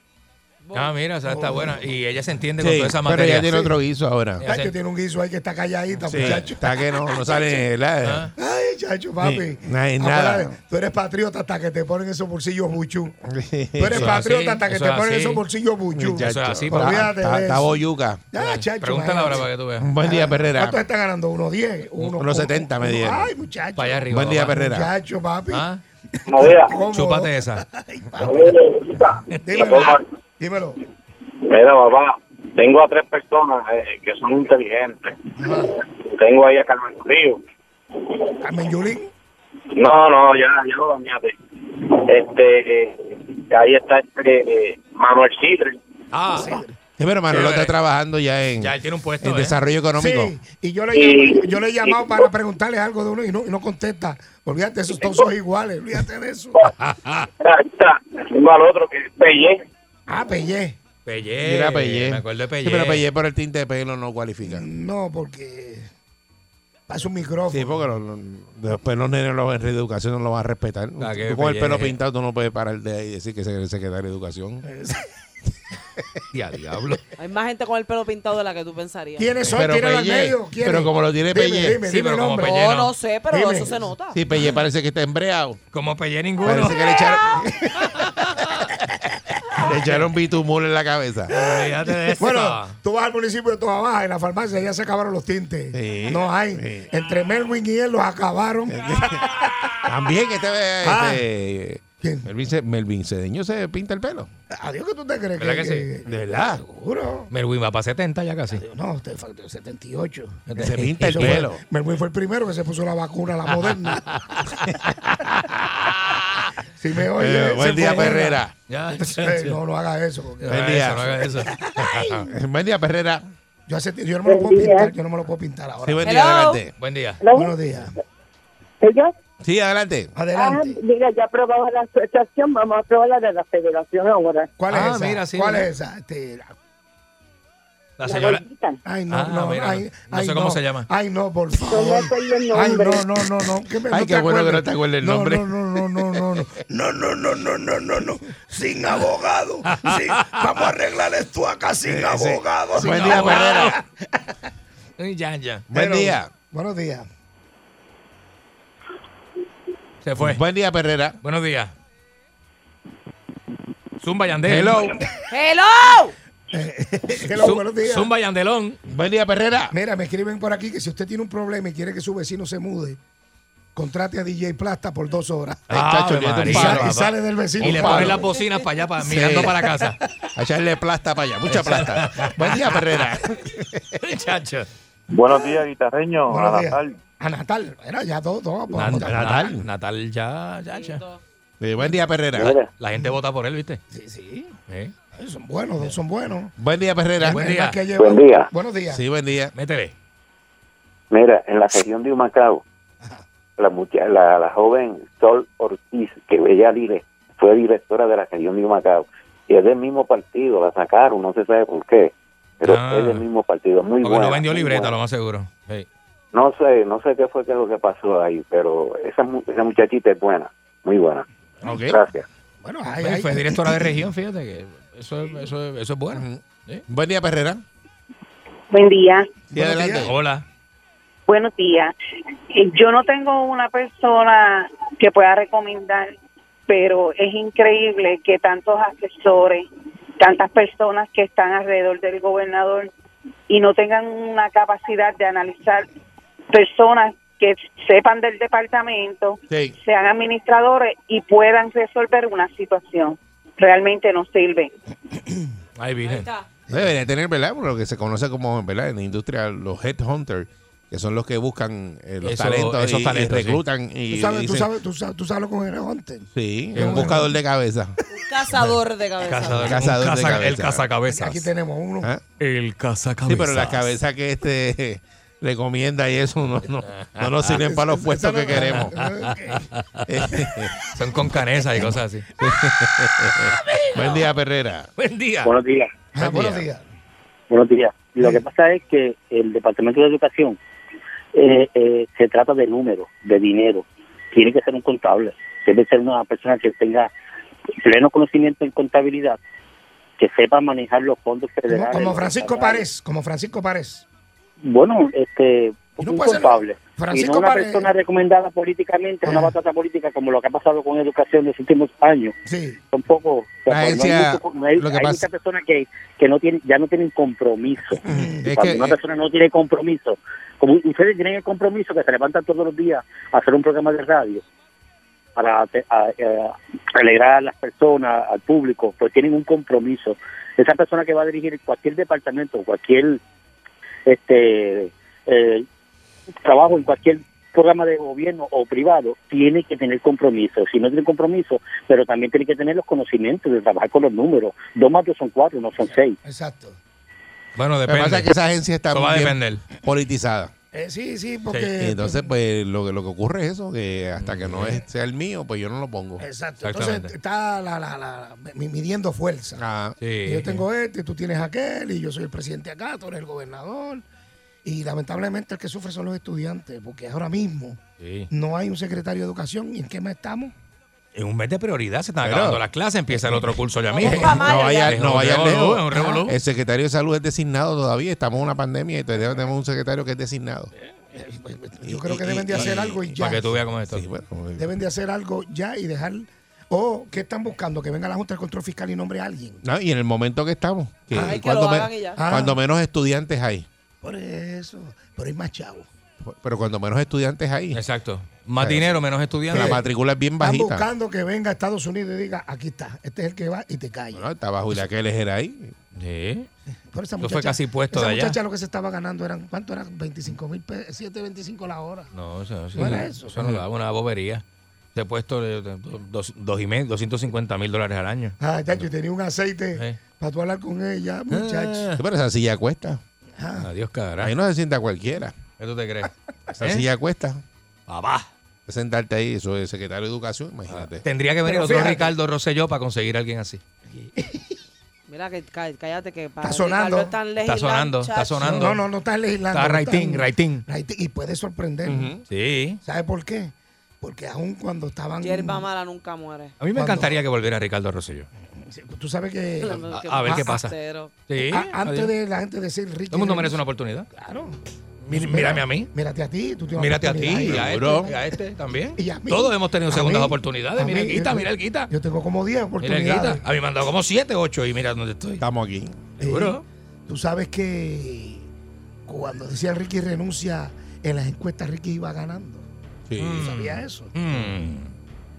[SPEAKER 5] Ah, mira, esa está buena. Y ella se entiende con
[SPEAKER 3] Sí,
[SPEAKER 5] toda esa
[SPEAKER 3] pero
[SPEAKER 5] materia.
[SPEAKER 3] ya tiene otro guiso ahora.
[SPEAKER 5] Ya
[SPEAKER 4] Chacho
[SPEAKER 5] sé.
[SPEAKER 4] tiene un guiso ahí que está calladita,
[SPEAKER 3] Sí,
[SPEAKER 4] muchacho.
[SPEAKER 3] está que no, no sale
[SPEAKER 5] Ah.
[SPEAKER 3] la...
[SPEAKER 4] Ay, chacho, papi.
[SPEAKER 3] Ni- na- nada.
[SPEAKER 4] Acuérdate, Tú eres patriota hasta que te ponen esos bolsillos buchú. Tú
[SPEAKER 3] Pero
[SPEAKER 4] eres
[SPEAKER 5] Eso es así,
[SPEAKER 4] patriota hasta que
[SPEAKER 5] eso
[SPEAKER 4] te
[SPEAKER 5] es
[SPEAKER 4] ponen
[SPEAKER 5] así.
[SPEAKER 4] esos bolsillos buchú.
[SPEAKER 5] Eso es así, papá.
[SPEAKER 4] Olvídate de
[SPEAKER 3] Está
[SPEAKER 4] eso.
[SPEAKER 3] boyuca.
[SPEAKER 4] Ya, pues, chacho.
[SPEAKER 5] Pregúntale ahora para
[SPEAKER 4] imagínate.
[SPEAKER 5] que tú veas.
[SPEAKER 3] Un buen día, Perrera.
[SPEAKER 4] ¿Cuánto está ganando? ¿Unos 10? Uno-
[SPEAKER 3] Unos 70 me
[SPEAKER 4] uno-
[SPEAKER 3] dieron.
[SPEAKER 4] Ay, muchacho.
[SPEAKER 5] Para allá arriba.
[SPEAKER 3] Buen día,
[SPEAKER 5] papá.
[SPEAKER 3] Perrera.
[SPEAKER 4] Muchacho, papi.
[SPEAKER 5] Ah,
[SPEAKER 4] ¿Cómo?
[SPEAKER 5] chúpate esa.
[SPEAKER 4] Dímelo. Dímelo.
[SPEAKER 8] Mira, papá, tengo a tres personas eh, que son inteligentes. Tengo ahí a Carmen Río.
[SPEAKER 4] Carmen Yulín.
[SPEAKER 8] No, no, ya, ya lo dañaste. Este, eh, ahí está este eh, Manuel Cidre.
[SPEAKER 5] Ah,
[SPEAKER 3] Sí, pero Manolo está trabajando ya en,
[SPEAKER 5] ya tiene un puesto.
[SPEAKER 3] en
[SPEAKER 5] ¿eh?
[SPEAKER 3] desarrollo económico.
[SPEAKER 4] Sí, y yo le,
[SPEAKER 8] Y-
[SPEAKER 4] llamo- yo le he llamado para preguntarle algo de uno y no, y no contesta. Olvídate, esos todos son iguales. Olvídate de eso.
[SPEAKER 8] Ahí está, tengo al otro que es Pelle.
[SPEAKER 4] Ah, Pellé.
[SPEAKER 5] Pellé.
[SPEAKER 3] Mira Pellé.
[SPEAKER 5] Eh, Me acuerdo de Pellé.
[SPEAKER 3] Sí, pero Pellé por el tinte de pelo no cualifica.
[SPEAKER 4] No, porque pasa un micrófono.
[SPEAKER 3] Sí, porque los, los- después los nenes los, en reeducación no lo van a respetar.
[SPEAKER 5] Ah, que
[SPEAKER 3] Tú con el
[SPEAKER 5] Pellé.
[SPEAKER 3] pelo pintado tú no puedes parar de ahí y decir que es el secretario de educación.
[SPEAKER 5] Ya, diablo.
[SPEAKER 6] hay más gente con el pelo pintado de la que tú pensarías.
[SPEAKER 4] ¿Quiénes son?
[SPEAKER 3] Pero
[SPEAKER 4] Tíralo al
[SPEAKER 3] Pellé,
[SPEAKER 4] medio. ¿Quiénes?
[SPEAKER 3] pero como lo tiene
[SPEAKER 4] Dime,
[SPEAKER 3] Pellé.
[SPEAKER 4] Dime,
[SPEAKER 5] Sí,
[SPEAKER 4] dime
[SPEAKER 5] pero
[SPEAKER 4] el
[SPEAKER 5] como
[SPEAKER 4] nombre.
[SPEAKER 5] Pellé.
[SPEAKER 6] No, no sé, pero
[SPEAKER 4] Pues Dime.
[SPEAKER 6] eso se nota.
[SPEAKER 3] Sí, Pelle parece que está embreado.
[SPEAKER 5] Como Pellé ninguno.
[SPEAKER 3] Parece que le echaron, le echaron bitumul en la cabeza.
[SPEAKER 5] Olvídate de eso.
[SPEAKER 4] Bueno, tú vas al municipio de Toa Baja, en la farmacia ya se acabaron los tintes.
[SPEAKER 3] Sí.
[SPEAKER 4] No hay.
[SPEAKER 3] Sí.
[SPEAKER 4] Entre Melwin y él los acabaron.
[SPEAKER 3] También este,
[SPEAKER 4] Ah.
[SPEAKER 3] este,
[SPEAKER 5] Melvin, Ce- Melvin Cedeño se pinta el pelo. Eh,
[SPEAKER 4] Adiós, que tú te crees
[SPEAKER 5] ¿Verdad que, sí?
[SPEAKER 4] que-
[SPEAKER 5] de verdad.
[SPEAKER 4] Seguro.
[SPEAKER 5] Melvin va para 70 ya casi.
[SPEAKER 4] No, usted faltó 78.
[SPEAKER 5] Se pinta el
[SPEAKER 4] Eso fue-
[SPEAKER 5] pelo.
[SPEAKER 4] Melvin fue el primero que se puso la vacuna, la moderna. si me
[SPEAKER 5] Eh,
[SPEAKER 4] oye.
[SPEAKER 5] buen
[SPEAKER 4] se
[SPEAKER 5] día,
[SPEAKER 4] fue buena.
[SPEAKER 5] Perrera.
[SPEAKER 4] Ya, Eh, no, no haga eso. porque-
[SPEAKER 5] Buen día. buen día, Perrera.
[SPEAKER 4] Yo, hace- yo no me lo
[SPEAKER 5] Buen
[SPEAKER 4] puedo
[SPEAKER 5] día.
[SPEAKER 4] pintar, yo no me lo puedo pintar ahora.
[SPEAKER 5] Sí, buen día, adelante. Buen día.
[SPEAKER 4] Buenos días.
[SPEAKER 5] Sí, adelante.
[SPEAKER 4] Adelante.
[SPEAKER 6] mira, ya probamos la asociación, vamos a probar la de la federación ahora.
[SPEAKER 4] ¿Cuál
[SPEAKER 5] Ah,
[SPEAKER 4] es esa?
[SPEAKER 5] mira, sí,
[SPEAKER 4] ¿Cuál
[SPEAKER 5] mira.
[SPEAKER 4] es esa? Este, la-
[SPEAKER 5] La señora.
[SPEAKER 4] Ay, no,
[SPEAKER 5] Ah,
[SPEAKER 4] no,
[SPEAKER 5] mira,
[SPEAKER 4] ay,
[SPEAKER 5] no
[SPEAKER 4] ay,
[SPEAKER 5] sé cómo se llama.
[SPEAKER 4] Ay, no, por favor.
[SPEAKER 6] acuerdo el
[SPEAKER 4] Ay,
[SPEAKER 6] nombre.
[SPEAKER 4] no, no, no, no. que me-
[SPEAKER 5] Ay,
[SPEAKER 4] no
[SPEAKER 5] qué bueno que no te
[SPEAKER 4] acuerdes.
[SPEAKER 5] acuerdes el
[SPEAKER 4] No,
[SPEAKER 5] nombre.
[SPEAKER 4] No, no, no, no, no, no.
[SPEAKER 11] No, no, no, no, no, no, no. Sin abogado. Sí, vamos a arreglar esto acá sin
[SPEAKER 5] Sí, sí.
[SPEAKER 11] abogado.
[SPEAKER 5] Buen
[SPEAKER 11] Sin
[SPEAKER 5] día,
[SPEAKER 11] abogado.
[SPEAKER 5] Ay, ya, ya.
[SPEAKER 4] Pero- Buenos días.
[SPEAKER 5] Se fue. Buen día, Perrera. Buenos días. Zumba Yandel.
[SPEAKER 12] Hello. ¡Hello!
[SPEAKER 4] Hello,
[SPEAKER 5] Zum-
[SPEAKER 4] buenos días.
[SPEAKER 5] Zumba Yandelón. Buen día, Perrera.
[SPEAKER 4] Mira, me escriben por aquí que si usted tiene un problema y quiere que su vecino se mude, contrate a DJ Plasta por dos horas.
[SPEAKER 5] Ah,
[SPEAKER 4] Ave María, y, sale, y sale del vecino.
[SPEAKER 5] Y le
[SPEAKER 4] un palo.
[SPEAKER 5] ponen las bocinas para allá, para, mirando para casa.
[SPEAKER 3] A echarle plasta para allá, mucha plasta.
[SPEAKER 5] Buen día, Perrera.
[SPEAKER 13] Buenos días, guitarreño.
[SPEAKER 4] Buenos
[SPEAKER 13] A la
[SPEAKER 4] días.
[SPEAKER 13] tarde.
[SPEAKER 4] A Natal. Era ya todo, todo. pues,
[SPEAKER 5] Nat-
[SPEAKER 4] vamos a-
[SPEAKER 5] Natal. Natal ya, ya, ya.
[SPEAKER 3] Eh, buen día, Perrera.
[SPEAKER 5] La, la gente vota por él, ¿viste?
[SPEAKER 4] Sí, sí.
[SPEAKER 5] ¿Eh?
[SPEAKER 4] Ay, Son buenos, dos son buenos.
[SPEAKER 3] Buen día, Perrera.
[SPEAKER 5] Buen
[SPEAKER 4] Es más
[SPEAKER 5] día.
[SPEAKER 4] que lleva-
[SPEAKER 2] Buen día.
[SPEAKER 4] Buenos días.
[SPEAKER 3] Sí, buen día.
[SPEAKER 5] Métele.
[SPEAKER 2] Mira, en la región de Humacao, la, mucha- la, la joven Sol Ortiz, que ella dire- fue directora de la región de Humacao, y es del mismo partido, la sacaron, no se sabe por qué, pero
[SPEAKER 5] Ah.
[SPEAKER 2] es del mismo partido, muy
[SPEAKER 5] Porque
[SPEAKER 2] buena.
[SPEAKER 5] no vendió
[SPEAKER 2] muy
[SPEAKER 5] libreta,
[SPEAKER 2] buena.
[SPEAKER 5] lo más seguro. Sí.
[SPEAKER 2] No sé, no sé qué fue que lo que pasó ahí, pero esa, mu- esa muchachita es buena, muy buena.
[SPEAKER 5] Ok.
[SPEAKER 2] Gracias.
[SPEAKER 4] Bueno, ay,
[SPEAKER 5] Oye,
[SPEAKER 4] ay.
[SPEAKER 5] Fue directora de región, fíjate que eso, es- eso, es- eso es bueno. ¿Eh?
[SPEAKER 3] Buen día, Perrera.
[SPEAKER 6] Buen día.
[SPEAKER 3] Sí, adelante.
[SPEAKER 5] Hola.
[SPEAKER 6] Buenos días. Eh, Yo no tengo una persona que pueda recomendar, pero es increíble que tantos asesores, tantas personas que están alrededor del gobernador y no tengan una capacidad de analizar personas que sepan del departamento,
[SPEAKER 3] Sí.
[SPEAKER 6] sean administradores y puedan resolver una situación. Realmente no sirve.
[SPEAKER 5] Ahí virgen.
[SPEAKER 3] Debería tener, ¿verdad? Por Lo que se conoce como, ¿verdad? En la industria, los headhunters, que son los que buscan eh, los
[SPEAKER 5] Eso-
[SPEAKER 3] talentos,
[SPEAKER 5] esos
[SPEAKER 3] y, y
[SPEAKER 5] talentos, sí.
[SPEAKER 3] reclutan. Y,
[SPEAKER 4] Tú sabes, tú
[SPEAKER 3] dicen-
[SPEAKER 4] sabes, tú sabes, tú sabes lo que era antes.
[SPEAKER 3] Sí,
[SPEAKER 5] Qué
[SPEAKER 3] un
[SPEAKER 5] bueno.
[SPEAKER 3] buscador de cabeza.
[SPEAKER 12] Cazador de cabeza.
[SPEAKER 5] Cazador,
[SPEAKER 3] Cazador
[SPEAKER 5] un
[SPEAKER 3] de
[SPEAKER 5] caza- El
[SPEAKER 3] cabeza.
[SPEAKER 5] cazacabezas.
[SPEAKER 4] Aquí tenemos uno.
[SPEAKER 3] ¿Ah?
[SPEAKER 5] El cazacabezas.
[SPEAKER 3] Sí, pero la cabeza que este recomienda y eso no, no, no nos sirven para los puestos que queremos. Eh,
[SPEAKER 5] Son con canesa y cosas así.
[SPEAKER 3] Buen día, Perrera.
[SPEAKER 5] Buen día.
[SPEAKER 7] Buenos días.
[SPEAKER 4] Ah, buenos días.
[SPEAKER 7] Buenos días. Lo que pasa es que el Departamento de Educación eh, eh, se trata de números, de dinero. Tiene que ser un contable. Debe ser una persona que tenga pleno conocimiento en contabilidad, que sepa manejar los fondos
[SPEAKER 4] Como,
[SPEAKER 7] federales.
[SPEAKER 4] como Francisco
[SPEAKER 7] estatales.
[SPEAKER 4] Párez, como Francisco Párez.
[SPEAKER 7] Bueno, este,
[SPEAKER 4] no
[SPEAKER 7] un
[SPEAKER 4] puede ser
[SPEAKER 7] contable.
[SPEAKER 4] Francisco Eh.
[SPEAKER 7] y no una
[SPEAKER 4] Párez.
[SPEAKER 7] persona recomendada políticamente, una batata política como lo que ha pasado con educación en los últimos años.
[SPEAKER 4] Sí.
[SPEAKER 7] Tampoco. o
[SPEAKER 3] La
[SPEAKER 7] sea, no hay
[SPEAKER 3] agencia,
[SPEAKER 7] mucho- no hay,
[SPEAKER 3] lo que
[SPEAKER 7] hay
[SPEAKER 3] pasa-
[SPEAKER 7] muchas personas que, que no tienen, ya no tienen compromiso.
[SPEAKER 3] Mm, Es
[SPEAKER 7] Cuando
[SPEAKER 3] que-
[SPEAKER 7] una persona no tiene compromiso, como ustedes tienen el compromiso que se levantan todos los días a hacer un programa de radio para te- a- a- alegrar a las personas, al público, pues tienen un compromiso. Esa persona que va a dirigir cualquier departamento, cualquier este eh, trabajo en cualquier programa de gobierno o privado, tiene que tener compromiso. Si no tiene compromiso, pero también tiene que tener los conocimientos de trabajar con los números. Dos más dos son cuatro, no son seis.
[SPEAKER 4] Exacto.
[SPEAKER 5] Bueno,
[SPEAKER 3] Lo que
[SPEAKER 5] depende.
[SPEAKER 3] pasa es que esa agencia está
[SPEAKER 5] Eso va a
[SPEAKER 3] muy bien
[SPEAKER 5] depender.
[SPEAKER 3] politizada.
[SPEAKER 4] Eh, sí, sí,
[SPEAKER 3] Y
[SPEAKER 4] porque.
[SPEAKER 3] entonces, pues lo que, lo que ocurre es eso, que hasta que
[SPEAKER 5] Eh.
[SPEAKER 3] no es- sea el mío, pues yo no lo pongo.
[SPEAKER 4] Exacto. Entonces
[SPEAKER 5] Exactamente.
[SPEAKER 4] está la, la, la, mi- midiendo fuerza.
[SPEAKER 3] Ah,
[SPEAKER 5] Sí.
[SPEAKER 4] Y yo tengo este, tú tienes aquel, y yo soy el presidente acá, tú eres el gobernador. Y lamentablemente el que sufre son los estudiantes, porque ahora mismo
[SPEAKER 5] Sí.
[SPEAKER 4] no hay un secretario de educación. ¿Y en qué mes estamos?
[SPEAKER 5] En un mes de prioridad se están
[SPEAKER 3] Pero-
[SPEAKER 5] acabando las clases, empieza el otro curso ya
[SPEAKER 12] Vamos
[SPEAKER 5] mismo.
[SPEAKER 12] pa' mayo
[SPEAKER 3] eh, no vaya,
[SPEAKER 12] ya.
[SPEAKER 3] no
[SPEAKER 5] Es un
[SPEAKER 3] vaya
[SPEAKER 5] revolú,
[SPEAKER 3] lejos.
[SPEAKER 5] es un revolú.
[SPEAKER 3] El secretario de salud es designado todavía, estamos en una pandemia y todavía tenemos un secretario que es designado.
[SPEAKER 4] Yo creo que deben de hacer algo y ya.
[SPEAKER 5] Para que tú veas cómo es esto.
[SPEAKER 3] Sí, bueno, eh,
[SPEAKER 4] Deben de hacer algo ya y dejar. O, ¿qué están buscando? Que venga la Junta de Control Fiscal y nombre a alguien.
[SPEAKER 3] no, y en el momento que estamos, que
[SPEAKER 4] Ay,
[SPEAKER 12] que
[SPEAKER 3] cuando,
[SPEAKER 12] lo
[SPEAKER 3] me-
[SPEAKER 12] hagan y ya.
[SPEAKER 5] Ah.
[SPEAKER 4] Ah.
[SPEAKER 3] cuando menos estudiantes hay,
[SPEAKER 4] Por eso. Pero hay más chavos.
[SPEAKER 3] pero cuando menos estudiantes hay,
[SPEAKER 5] Exacto. Más dinero, menos estudiantes.
[SPEAKER 3] La matrícula es bien
[SPEAKER 4] Están
[SPEAKER 3] bajita.
[SPEAKER 4] buscando que venga a Estados Unidos y diga, aquí está, este es el que va y te cae.
[SPEAKER 3] No, está bajo y la que era ahí. Sí.
[SPEAKER 4] Pero esa
[SPEAKER 5] Eso
[SPEAKER 4] muchacha,
[SPEAKER 5] fue casi puesto
[SPEAKER 4] esa
[SPEAKER 5] de allá.
[SPEAKER 4] muchacha lo que se estaba ganando eran, ¿cuánto eran? 25 mil pesos, 7.25 la hora.
[SPEAKER 5] No, eso, eso,
[SPEAKER 4] ¿No
[SPEAKER 5] eso,
[SPEAKER 4] era eso?
[SPEAKER 5] no da una bobería. Se ha puesto eh, dos, dos y medio, 250 mil dólares al año.
[SPEAKER 4] Ah, chacho, y tenía un aceite para tú hablar con
[SPEAKER 5] Ah.
[SPEAKER 4] ella, muchacho. Ah.
[SPEAKER 3] Pero esa silla cuesta.
[SPEAKER 5] Adiós, carajo.
[SPEAKER 3] Ahí no se sienta cualquiera.
[SPEAKER 5] ¿Qué tú te crees?
[SPEAKER 3] Esa
[SPEAKER 5] ¿Eh?
[SPEAKER 3] silla cuesta.
[SPEAKER 5] Papá.
[SPEAKER 3] Sentarte ahí, eso es secretario de educación, imagínate.
[SPEAKER 5] Tendría que venir
[SPEAKER 3] Pero
[SPEAKER 5] otro
[SPEAKER 3] fíjate.
[SPEAKER 5] Ricardo Rosselló para conseguir a alguien así.
[SPEAKER 6] Mira, que, ca- cállate que para
[SPEAKER 4] Está sonando.
[SPEAKER 6] Ricardo están
[SPEAKER 5] Está sonando,
[SPEAKER 6] legislando,
[SPEAKER 5] está
[SPEAKER 6] chacho.
[SPEAKER 5] sonando.
[SPEAKER 4] No, no, no estás legislando.
[SPEAKER 5] Está
[SPEAKER 4] no
[SPEAKER 5] rating,
[SPEAKER 4] estás-
[SPEAKER 5] rating.
[SPEAKER 4] rating, Y puede sorprender.
[SPEAKER 5] Sí.
[SPEAKER 4] ¿Sabe por qué? Porque aún cuando estaban...
[SPEAKER 6] Hierba mala nunca
[SPEAKER 5] A
[SPEAKER 6] muere.
[SPEAKER 5] mí me
[SPEAKER 4] Cuando-
[SPEAKER 5] encantaría que volviera Ricardo Rosselló.
[SPEAKER 4] Tú sabes que...
[SPEAKER 6] A-
[SPEAKER 5] a ver qué pasa. Sí,
[SPEAKER 4] A- antes
[SPEAKER 5] adiós.
[SPEAKER 4] de la gente decir Ricky...
[SPEAKER 5] Todo el mundo
[SPEAKER 4] Ricky,
[SPEAKER 5] merece una oportunidad.
[SPEAKER 4] Claro.
[SPEAKER 5] Mi- Mírame a mí.
[SPEAKER 4] Mírate a ti. Tú tienes
[SPEAKER 5] Mírate a ti y
[SPEAKER 4] oportunidad.
[SPEAKER 5] a este, y a este también.
[SPEAKER 4] Y a mí.
[SPEAKER 5] Todos hemos tenido
[SPEAKER 4] A
[SPEAKER 5] segundas
[SPEAKER 4] mí.
[SPEAKER 5] oportunidades.
[SPEAKER 4] A
[SPEAKER 5] Mira,
[SPEAKER 4] mí.
[SPEAKER 5] Guita, mira el Guita.
[SPEAKER 4] Yo tengo como 10
[SPEAKER 5] Mira el
[SPEAKER 4] oportunidades.
[SPEAKER 5] Guita. A mí me han dado como 7, 8 y mira dónde estoy.
[SPEAKER 3] Estamos aquí.
[SPEAKER 5] Seguro.
[SPEAKER 4] Tú sabes que cuando decía Ricky renuncia, en las encuestas Ricky iba ganando.
[SPEAKER 5] Sí.
[SPEAKER 4] ¿Tú sabías eso?
[SPEAKER 5] Mm.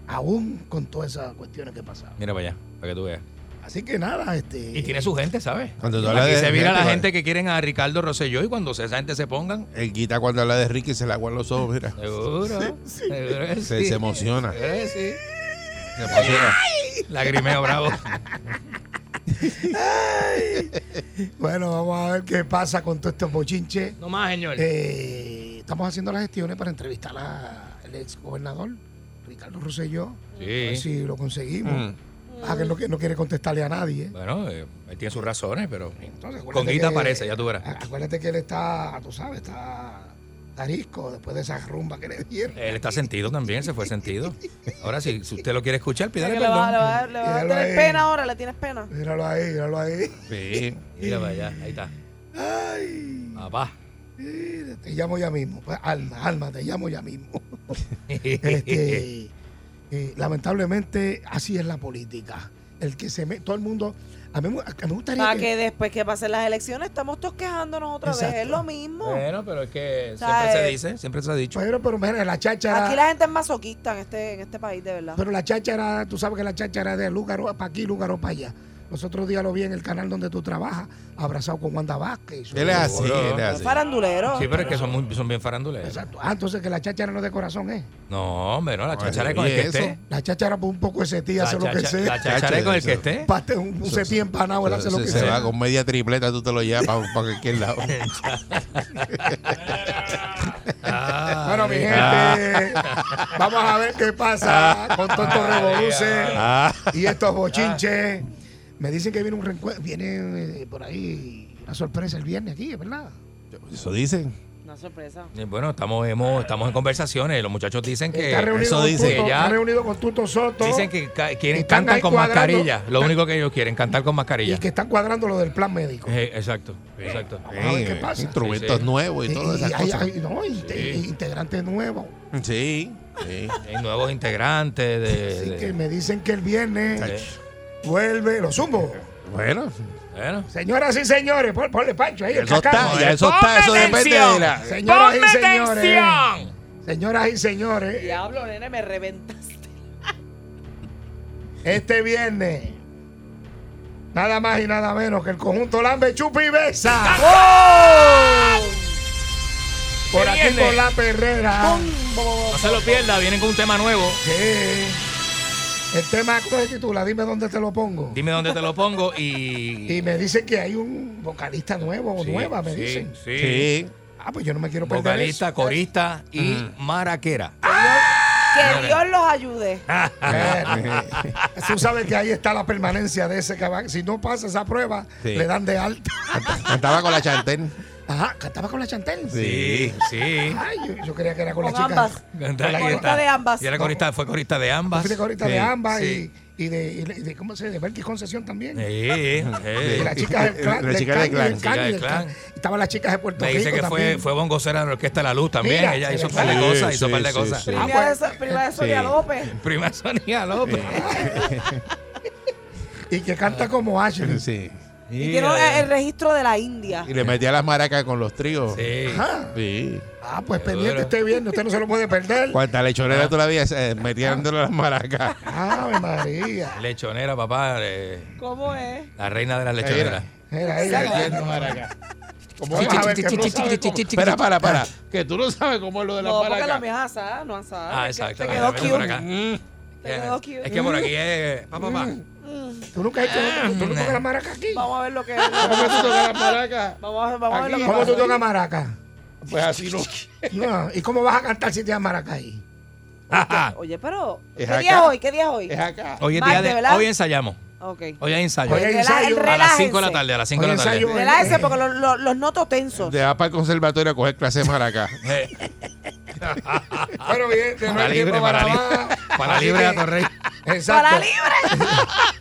[SPEAKER 4] Aún con todas esas cuestiones que pasaban.
[SPEAKER 5] Mira para allá, para que tú veas.
[SPEAKER 4] Así que nada, este.
[SPEAKER 5] Y tiene su gente, ¿sabes?
[SPEAKER 3] Cuando tú hablas
[SPEAKER 5] Aquí
[SPEAKER 3] de-
[SPEAKER 5] se mira
[SPEAKER 3] fíjate,
[SPEAKER 5] la gente que quieren a Ricardo Rosselló y cuando esa gente se pongan,
[SPEAKER 3] El guita cuando habla de Ricky se le aguan los ojos, mira.
[SPEAKER 5] seguro. seguro que
[SPEAKER 3] Se,
[SPEAKER 5] sí.
[SPEAKER 3] se emociona.
[SPEAKER 5] Seguro que sí.
[SPEAKER 3] Se emociona.
[SPEAKER 5] Lagrimeo bravo.
[SPEAKER 4] Bueno, vamos a ver qué pasa con todos estos bochinches.
[SPEAKER 5] No más, señor.
[SPEAKER 4] Eh, estamos haciendo las gestiones para entrevistar al ex gobernador, Ricardo Rosselló.
[SPEAKER 5] Sí.
[SPEAKER 4] A ver si lo conseguimos.
[SPEAKER 5] Mm.
[SPEAKER 4] Ah, que no, que no quiere contestarle a nadie.
[SPEAKER 5] Bueno, eh, él tiene sus razones, pero con
[SPEAKER 4] acuérdate
[SPEAKER 5] Guita
[SPEAKER 4] que-
[SPEAKER 5] aparece, ya tú verás.
[SPEAKER 4] Acuérdate que él está, tú sabes, está tarisco después de esa rumba que le dieron.
[SPEAKER 5] Él está sentido también, se fue sentido. Ahora, si, si usted lo quiere escuchar,
[SPEAKER 6] Mira
[SPEAKER 5] pídale
[SPEAKER 6] que le va, le va,
[SPEAKER 5] perdón.
[SPEAKER 6] le va a
[SPEAKER 4] Míralo
[SPEAKER 6] tener
[SPEAKER 4] ahí.
[SPEAKER 6] pena ahora, le tienes pena.
[SPEAKER 4] Míralo ahí, míralo ahí.
[SPEAKER 5] Sí, mira para allá, ahí está. Papá.
[SPEAKER 4] Te llamo ya mismo. Pues, alma, alma, te llamo ya mismo. Este, eh, lamentablemente, así es la política. El que se me, todo el mundo. A mí, me- a mí me gustaría.
[SPEAKER 6] Para que después que pasen las elecciones estamos todos quejándonos otra
[SPEAKER 4] Exacto.
[SPEAKER 6] vez. Es lo mismo.
[SPEAKER 5] Bueno, pero es que
[SPEAKER 6] sea,
[SPEAKER 5] siempre se
[SPEAKER 6] eh,
[SPEAKER 5] dice, siempre se ha dicho.
[SPEAKER 4] Pero, pero mira, la chacha.
[SPEAKER 6] Aquí la gente es masoquista en este, en este país, de verdad.
[SPEAKER 4] Pero la chacha era, tú sabes que la chacha era de Lúgaro para aquí, Lúgaro para allá. Los otros días lo vi en el canal donde tú trabajas, abrazado con Wanda Vázquez.
[SPEAKER 3] Él es así, él es así.
[SPEAKER 6] Farandulero.
[SPEAKER 5] Sí, pero es que son, muy- son bien faranduleros.
[SPEAKER 4] Ah, entonces que la chacha no es de corazón, ¿eh?
[SPEAKER 5] No, hombre, no, la chachara es con el
[SPEAKER 3] oye,
[SPEAKER 5] que esté.
[SPEAKER 3] eso.
[SPEAKER 4] La chacha era por un poco de setí,
[SPEAKER 5] La
[SPEAKER 4] hace lo que
[SPEAKER 5] chacha-
[SPEAKER 4] sea.
[SPEAKER 5] la ¿Eh? chachara es con el que
[SPEAKER 3] Eso-
[SPEAKER 5] esté.
[SPEAKER 4] Parte un, un setí empanado, él hace lo
[SPEAKER 3] Se,
[SPEAKER 4] que
[SPEAKER 3] se va
[SPEAKER 4] sea.
[SPEAKER 3] con media tripleta, tú te lo llevas para cualquier lado.
[SPEAKER 4] Bueno, mi gente,
[SPEAKER 5] Ah.
[SPEAKER 4] vamos a ver qué pasa con todos estos revoluces
[SPEAKER 5] Ah.
[SPEAKER 3] Ah,
[SPEAKER 4] y estos bochinches. Me dicen que viene un reencuentro, viene eh, por ahí una sorpresa el viernes aquí, ¿verdad?
[SPEAKER 3] Eso dicen.
[SPEAKER 6] Una sorpresa.
[SPEAKER 5] Y eh, Bueno, estamos, hemos- estamos en conversaciones. Los muchachos dicen que.
[SPEAKER 4] Está reunido,
[SPEAKER 5] eso
[SPEAKER 4] con
[SPEAKER 5] dicen
[SPEAKER 4] Tuto,
[SPEAKER 5] que ya.
[SPEAKER 4] está reunido con Tuto Soto.
[SPEAKER 5] Dicen que ca- quieren
[SPEAKER 4] Están
[SPEAKER 5] cantar
[SPEAKER 4] ahí
[SPEAKER 5] con
[SPEAKER 4] cuadrando.
[SPEAKER 5] mascarilla. Lo único que ellos quieren, cantar con
[SPEAKER 4] y
[SPEAKER 5] mascarilla.
[SPEAKER 4] que están cuadrando lo del plan médico.
[SPEAKER 5] Eh, exacto, exacto.
[SPEAKER 4] Vamos a ver qué pasa.
[SPEAKER 3] Eh, Instrumentos
[SPEAKER 5] Sí, sí.
[SPEAKER 3] nuevos y
[SPEAKER 4] Y-
[SPEAKER 3] todas
[SPEAKER 4] y
[SPEAKER 3] esas
[SPEAKER 4] hay-
[SPEAKER 3] cosas.
[SPEAKER 4] hay- no, y te-
[SPEAKER 5] Sí.
[SPEAKER 4] integrantes nuevos.
[SPEAKER 3] Sí, sí.
[SPEAKER 5] Hay nuevos integrantes de.
[SPEAKER 4] Así
[SPEAKER 5] Eh, de-
[SPEAKER 4] que me dicen que el viernes
[SPEAKER 5] Sí.
[SPEAKER 4] vuelve, lo sumo.
[SPEAKER 3] Bueno,
[SPEAKER 5] Bueno,
[SPEAKER 4] Señoras y señores, pon- ponle pancho ahí. el
[SPEAKER 3] Eso está,
[SPEAKER 4] cacao.
[SPEAKER 3] ya eso está, eso
[SPEAKER 5] ¡Ponme
[SPEAKER 3] depende de la.
[SPEAKER 4] Señoras y
[SPEAKER 5] ¡Ponme
[SPEAKER 4] señores.
[SPEAKER 5] atención!
[SPEAKER 4] Señoras y señores,
[SPEAKER 6] Diablo, nene, me reventaste.
[SPEAKER 4] este viernes, nada más y nada menos que el conjunto Lambe Chupa y Besa. Por
[SPEAKER 5] ¡Se
[SPEAKER 4] aquí
[SPEAKER 5] viene!
[SPEAKER 4] con la perrera.
[SPEAKER 5] no se lo pierda, vienen con un tema nuevo.
[SPEAKER 4] Sí. El tema, ¿cómo se titula? Dime dónde te lo pongo.
[SPEAKER 5] Dime dónde te lo pongo y.
[SPEAKER 4] Y me dicen que hay un vocalista nuevo o
[SPEAKER 5] Sí,
[SPEAKER 4] nueva, me
[SPEAKER 5] sí,
[SPEAKER 4] dicen.
[SPEAKER 5] Sí.
[SPEAKER 3] Sí.
[SPEAKER 4] Ah, pues Mm. yo no me quiero perder
[SPEAKER 5] Vocalista,
[SPEAKER 4] eso.
[SPEAKER 5] corista y maraquera.
[SPEAKER 6] Que Dios los ayude.
[SPEAKER 4] Bueno, Eh, Tú sabes que ahí está la permanencia de ese caballo. Si no pasa esa prueba,
[SPEAKER 3] Sí.
[SPEAKER 4] le dan de alta.
[SPEAKER 3] Cantaba con la chantén.
[SPEAKER 4] Ajá, cantaba con la Chantel.
[SPEAKER 5] Sí, sí.
[SPEAKER 4] Ay, yo, yo creía que era con,
[SPEAKER 6] Con
[SPEAKER 4] la chica.
[SPEAKER 6] ambas.
[SPEAKER 5] Canta-
[SPEAKER 4] Con la-
[SPEAKER 5] y
[SPEAKER 6] corista
[SPEAKER 5] está-
[SPEAKER 6] de ambas.
[SPEAKER 5] Y era corista, fue corista de ambas.
[SPEAKER 4] Fui de corista
[SPEAKER 5] Sí,
[SPEAKER 4] de ambas
[SPEAKER 5] sí. Eh,
[SPEAKER 4] y, y de, y de- y de- ¿cómo se dice? De Belkis Concesión también.
[SPEAKER 5] Sí, sí.
[SPEAKER 4] Y las chicas del clan.
[SPEAKER 3] La
[SPEAKER 4] del
[SPEAKER 3] chica del
[SPEAKER 4] y del
[SPEAKER 3] clan.
[SPEAKER 4] y
[SPEAKER 5] eh, Chica del
[SPEAKER 4] del
[SPEAKER 5] clan.
[SPEAKER 4] clan. Y Estaban las chicas de Puerto
[SPEAKER 5] Me
[SPEAKER 4] Rico
[SPEAKER 5] dice que fue,
[SPEAKER 4] también.
[SPEAKER 5] fue bongocera en la Orquesta de la Luz también.
[SPEAKER 4] Mira,
[SPEAKER 5] Ella
[SPEAKER 4] se
[SPEAKER 5] hizo
[SPEAKER 4] le
[SPEAKER 5] un par de
[SPEAKER 3] fue.
[SPEAKER 5] cosas,
[SPEAKER 3] Sí,
[SPEAKER 5] hizo un par de
[SPEAKER 3] sí,
[SPEAKER 5] cosas.
[SPEAKER 3] sí, sí.
[SPEAKER 6] Prima,
[SPEAKER 4] Ah,
[SPEAKER 6] de, so- prima de Sonia
[SPEAKER 3] Sí.
[SPEAKER 6] López.
[SPEAKER 5] Prima Sonia López. Ah.
[SPEAKER 4] Y que canta como Ashley.
[SPEAKER 3] Sí.
[SPEAKER 6] Y tiene
[SPEAKER 3] eh,
[SPEAKER 6] el registro de la India.
[SPEAKER 3] y le metía las maracas con los tríos. Sí.
[SPEAKER 4] Ajá.
[SPEAKER 3] Sí.
[SPEAKER 4] Ah, pues pendiente este viernes, usted no se lo puede perder.
[SPEAKER 3] Cuántas lechoneras todavía se metían las maracas.
[SPEAKER 4] Ave María.
[SPEAKER 5] Lechonera, papá. eh,
[SPEAKER 6] ¿Cómo es?
[SPEAKER 5] la reina de las lechoneras.
[SPEAKER 4] Mira,
[SPEAKER 3] ahí, ahí.
[SPEAKER 4] ¿Cómo vas a ver que tú no sabes cómo-
[SPEAKER 3] Espera, para, para. Ah. Que tú no sabes cómo es lo de las
[SPEAKER 6] No, porque la
[SPEAKER 3] maracas. Mm.
[SPEAKER 6] mía es asada, no asada.
[SPEAKER 5] Ah,
[SPEAKER 6] Es que
[SPEAKER 5] exacto.
[SPEAKER 6] Te
[SPEAKER 5] Mira, mira por
[SPEAKER 6] quedó cute.
[SPEAKER 5] acá.
[SPEAKER 6] Te quedó cute.
[SPEAKER 5] Es que por aquí es. Pa, pa, pa.
[SPEAKER 4] Tú nunca has
[SPEAKER 5] Ah,
[SPEAKER 4] hecho. Tú no tocas la maraca aquí.
[SPEAKER 6] Vamos a ver lo que.
[SPEAKER 4] ¿Cómo tú tocas la maraca?
[SPEAKER 6] Vamos a ver, vamos a ver lo que.
[SPEAKER 4] ¿Cómo tú
[SPEAKER 6] pasa.
[SPEAKER 4] tocas maraca?
[SPEAKER 3] Pues así no.
[SPEAKER 4] No, ¿Y cómo vas a cantar si te das maraca ahí?
[SPEAKER 5] Ah.
[SPEAKER 6] Oye, pero.
[SPEAKER 5] Es
[SPEAKER 6] ¿Qué día es
[SPEAKER 5] acá.
[SPEAKER 6] hoy? ¿Qué día es hoy?
[SPEAKER 3] Es acá.
[SPEAKER 5] Hoy es día
[SPEAKER 6] Martes,
[SPEAKER 5] de-
[SPEAKER 6] ¿verdad?
[SPEAKER 5] Hoy ensayamos.
[SPEAKER 6] Ok.
[SPEAKER 5] Hoy hay ensayo.
[SPEAKER 6] Hoy hay Hoy hay ensayo. ensayo.
[SPEAKER 5] A las 5 de la
[SPEAKER 6] Relájense.
[SPEAKER 5] tarde. A las 5 de la tarde.
[SPEAKER 6] Relájese porque lo- lo- los noto tensos.
[SPEAKER 3] Te vas para el conservatorio a coger clases de maracas.
[SPEAKER 4] Pero bien, de
[SPEAKER 5] Ah. Para libre, para libre. Para libre a Torrey.
[SPEAKER 4] Exacto.
[SPEAKER 6] Para libre.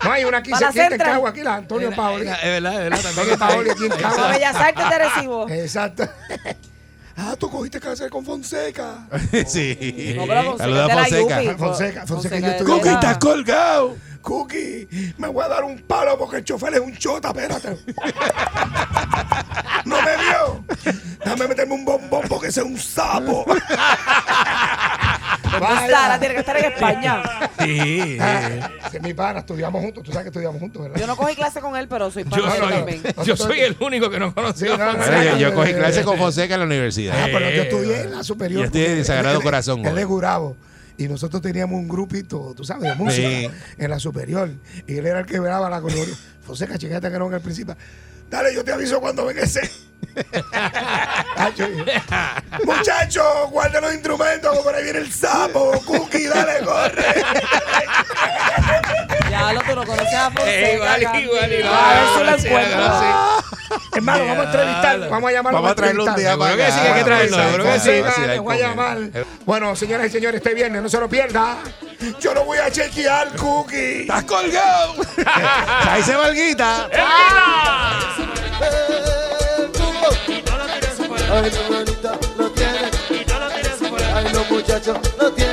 [SPEAKER 4] No, hay una aquí
[SPEAKER 6] Para
[SPEAKER 4] se quita en
[SPEAKER 6] Central.
[SPEAKER 4] Cagua, aquí la Antonio Paoli.
[SPEAKER 5] Es verdad, es verdad. También
[SPEAKER 4] Antonio
[SPEAKER 5] está ahí.
[SPEAKER 4] Paoli aquí en
[SPEAKER 6] Para
[SPEAKER 4] Cagua.
[SPEAKER 6] Bellas Artes te recibo.
[SPEAKER 4] Exacto. Ah, tú cogiste cáncer con Fonseca.
[SPEAKER 3] sí.
[SPEAKER 4] No, pero Fonseca es
[SPEAKER 3] Saluda a
[SPEAKER 4] de la
[SPEAKER 3] Fonseca.
[SPEAKER 6] pues.
[SPEAKER 4] Yupi. Fonseca, Fonseca, yo
[SPEAKER 3] yo
[SPEAKER 4] estoy-
[SPEAKER 3] Cookie, estás
[SPEAKER 4] Fonseca.
[SPEAKER 3] colgado.
[SPEAKER 4] Cookie, me voy a dar un palo porque el chofer es un chota, espérate. No me vio. Déjame meterme un bombón porque ese es un sapo.
[SPEAKER 6] Está, la tiene que estar en España.
[SPEAKER 5] Sí.
[SPEAKER 4] Ese es mi pana, estudiamos juntos. Tú sabes que estudiamos juntos, ¿verdad?
[SPEAKER 6] Yo no cogí clase con él, pero soy
[SPEAKER 5] Yo
[SPEAKER 6] pana de él
[SPEAKER 5] soy,
[SPEAKER 6] también.
[SPEAKER 5] yo soy el único que no conocí.
[SPEAKER 4] Sí, no, no,
[SPEAKER 3] Bueno, yo, yo cogí
[SPEAKER 4] Eh,
[SPEAKER 3] clases con Fonseca en la universidad.
[SPEAKER 4] Ah, pero yo estudié en la superior.
[SPEAKER 3] Yo estoy
[SPEAKER 4] porque
[SPEAKER 3] en Sagrado
[SPEAKER 4] él- él-
[SPEAKER 3] Corazón,
[SPEAKER 4] Él
[SPEAKER 3] güey.
[SPEAKER 4] es Gurabo. Y nosotros teníamos un grupito, tú sabes, de música
[SPEAKER 3] Sí.
[SPEAKER 4] en la superior. Y él era el que velaba la color. Fonseca, chiqueta que no en el principal. Dale, yo te aviso cuando venga ese. Tacho, y- Muchachos, guarden los instrumentos, que por ahí viene el sapo. Cookie, dale, corre.
[SPEAKER 6] Ya lo tú lo conoces a Fonseca.
[SPEAKER 5] Eh, igual,
[SPEAKER 6] Gandhi.
[SPEAKER 5] igual, igual.
[SPEAKER 6] A ver si lo
[SPEAKER 5] Gracias,
[SPEAKER 6] encuentro.
[SPEAKER 4] Hermano, vamos a entrevistarlo. Vamos a llamarlo.
[SPEAKER 3] Vamos a traerlo un día para
[SPEAKER 5] Seguro que sí,
[SPEAKER 3] acá.
[SPEAKER 5] hay que traerlo,
[SPEAKER 3] Vamos a
[SPEAKER 5] seguro que sí.
[SPEAKER 3] conversar,
[SPEAKER 4] Te
[SPEAKER 3] hay
[SPEAKER 4] voy a
[SPEAKER 3] con él.
[SPEAKER 4] llamar. Bueno, señoras y señores, este viernes no se lo pierda. Yo lo voy a chequear, Cookie.
[SPEAKER 3] ¡Estás colgado! Ahí se va el guita.
[SPEAKER 1] Ay, no, bonita, lo tiene. Ay, no, muchacho, lo tiene.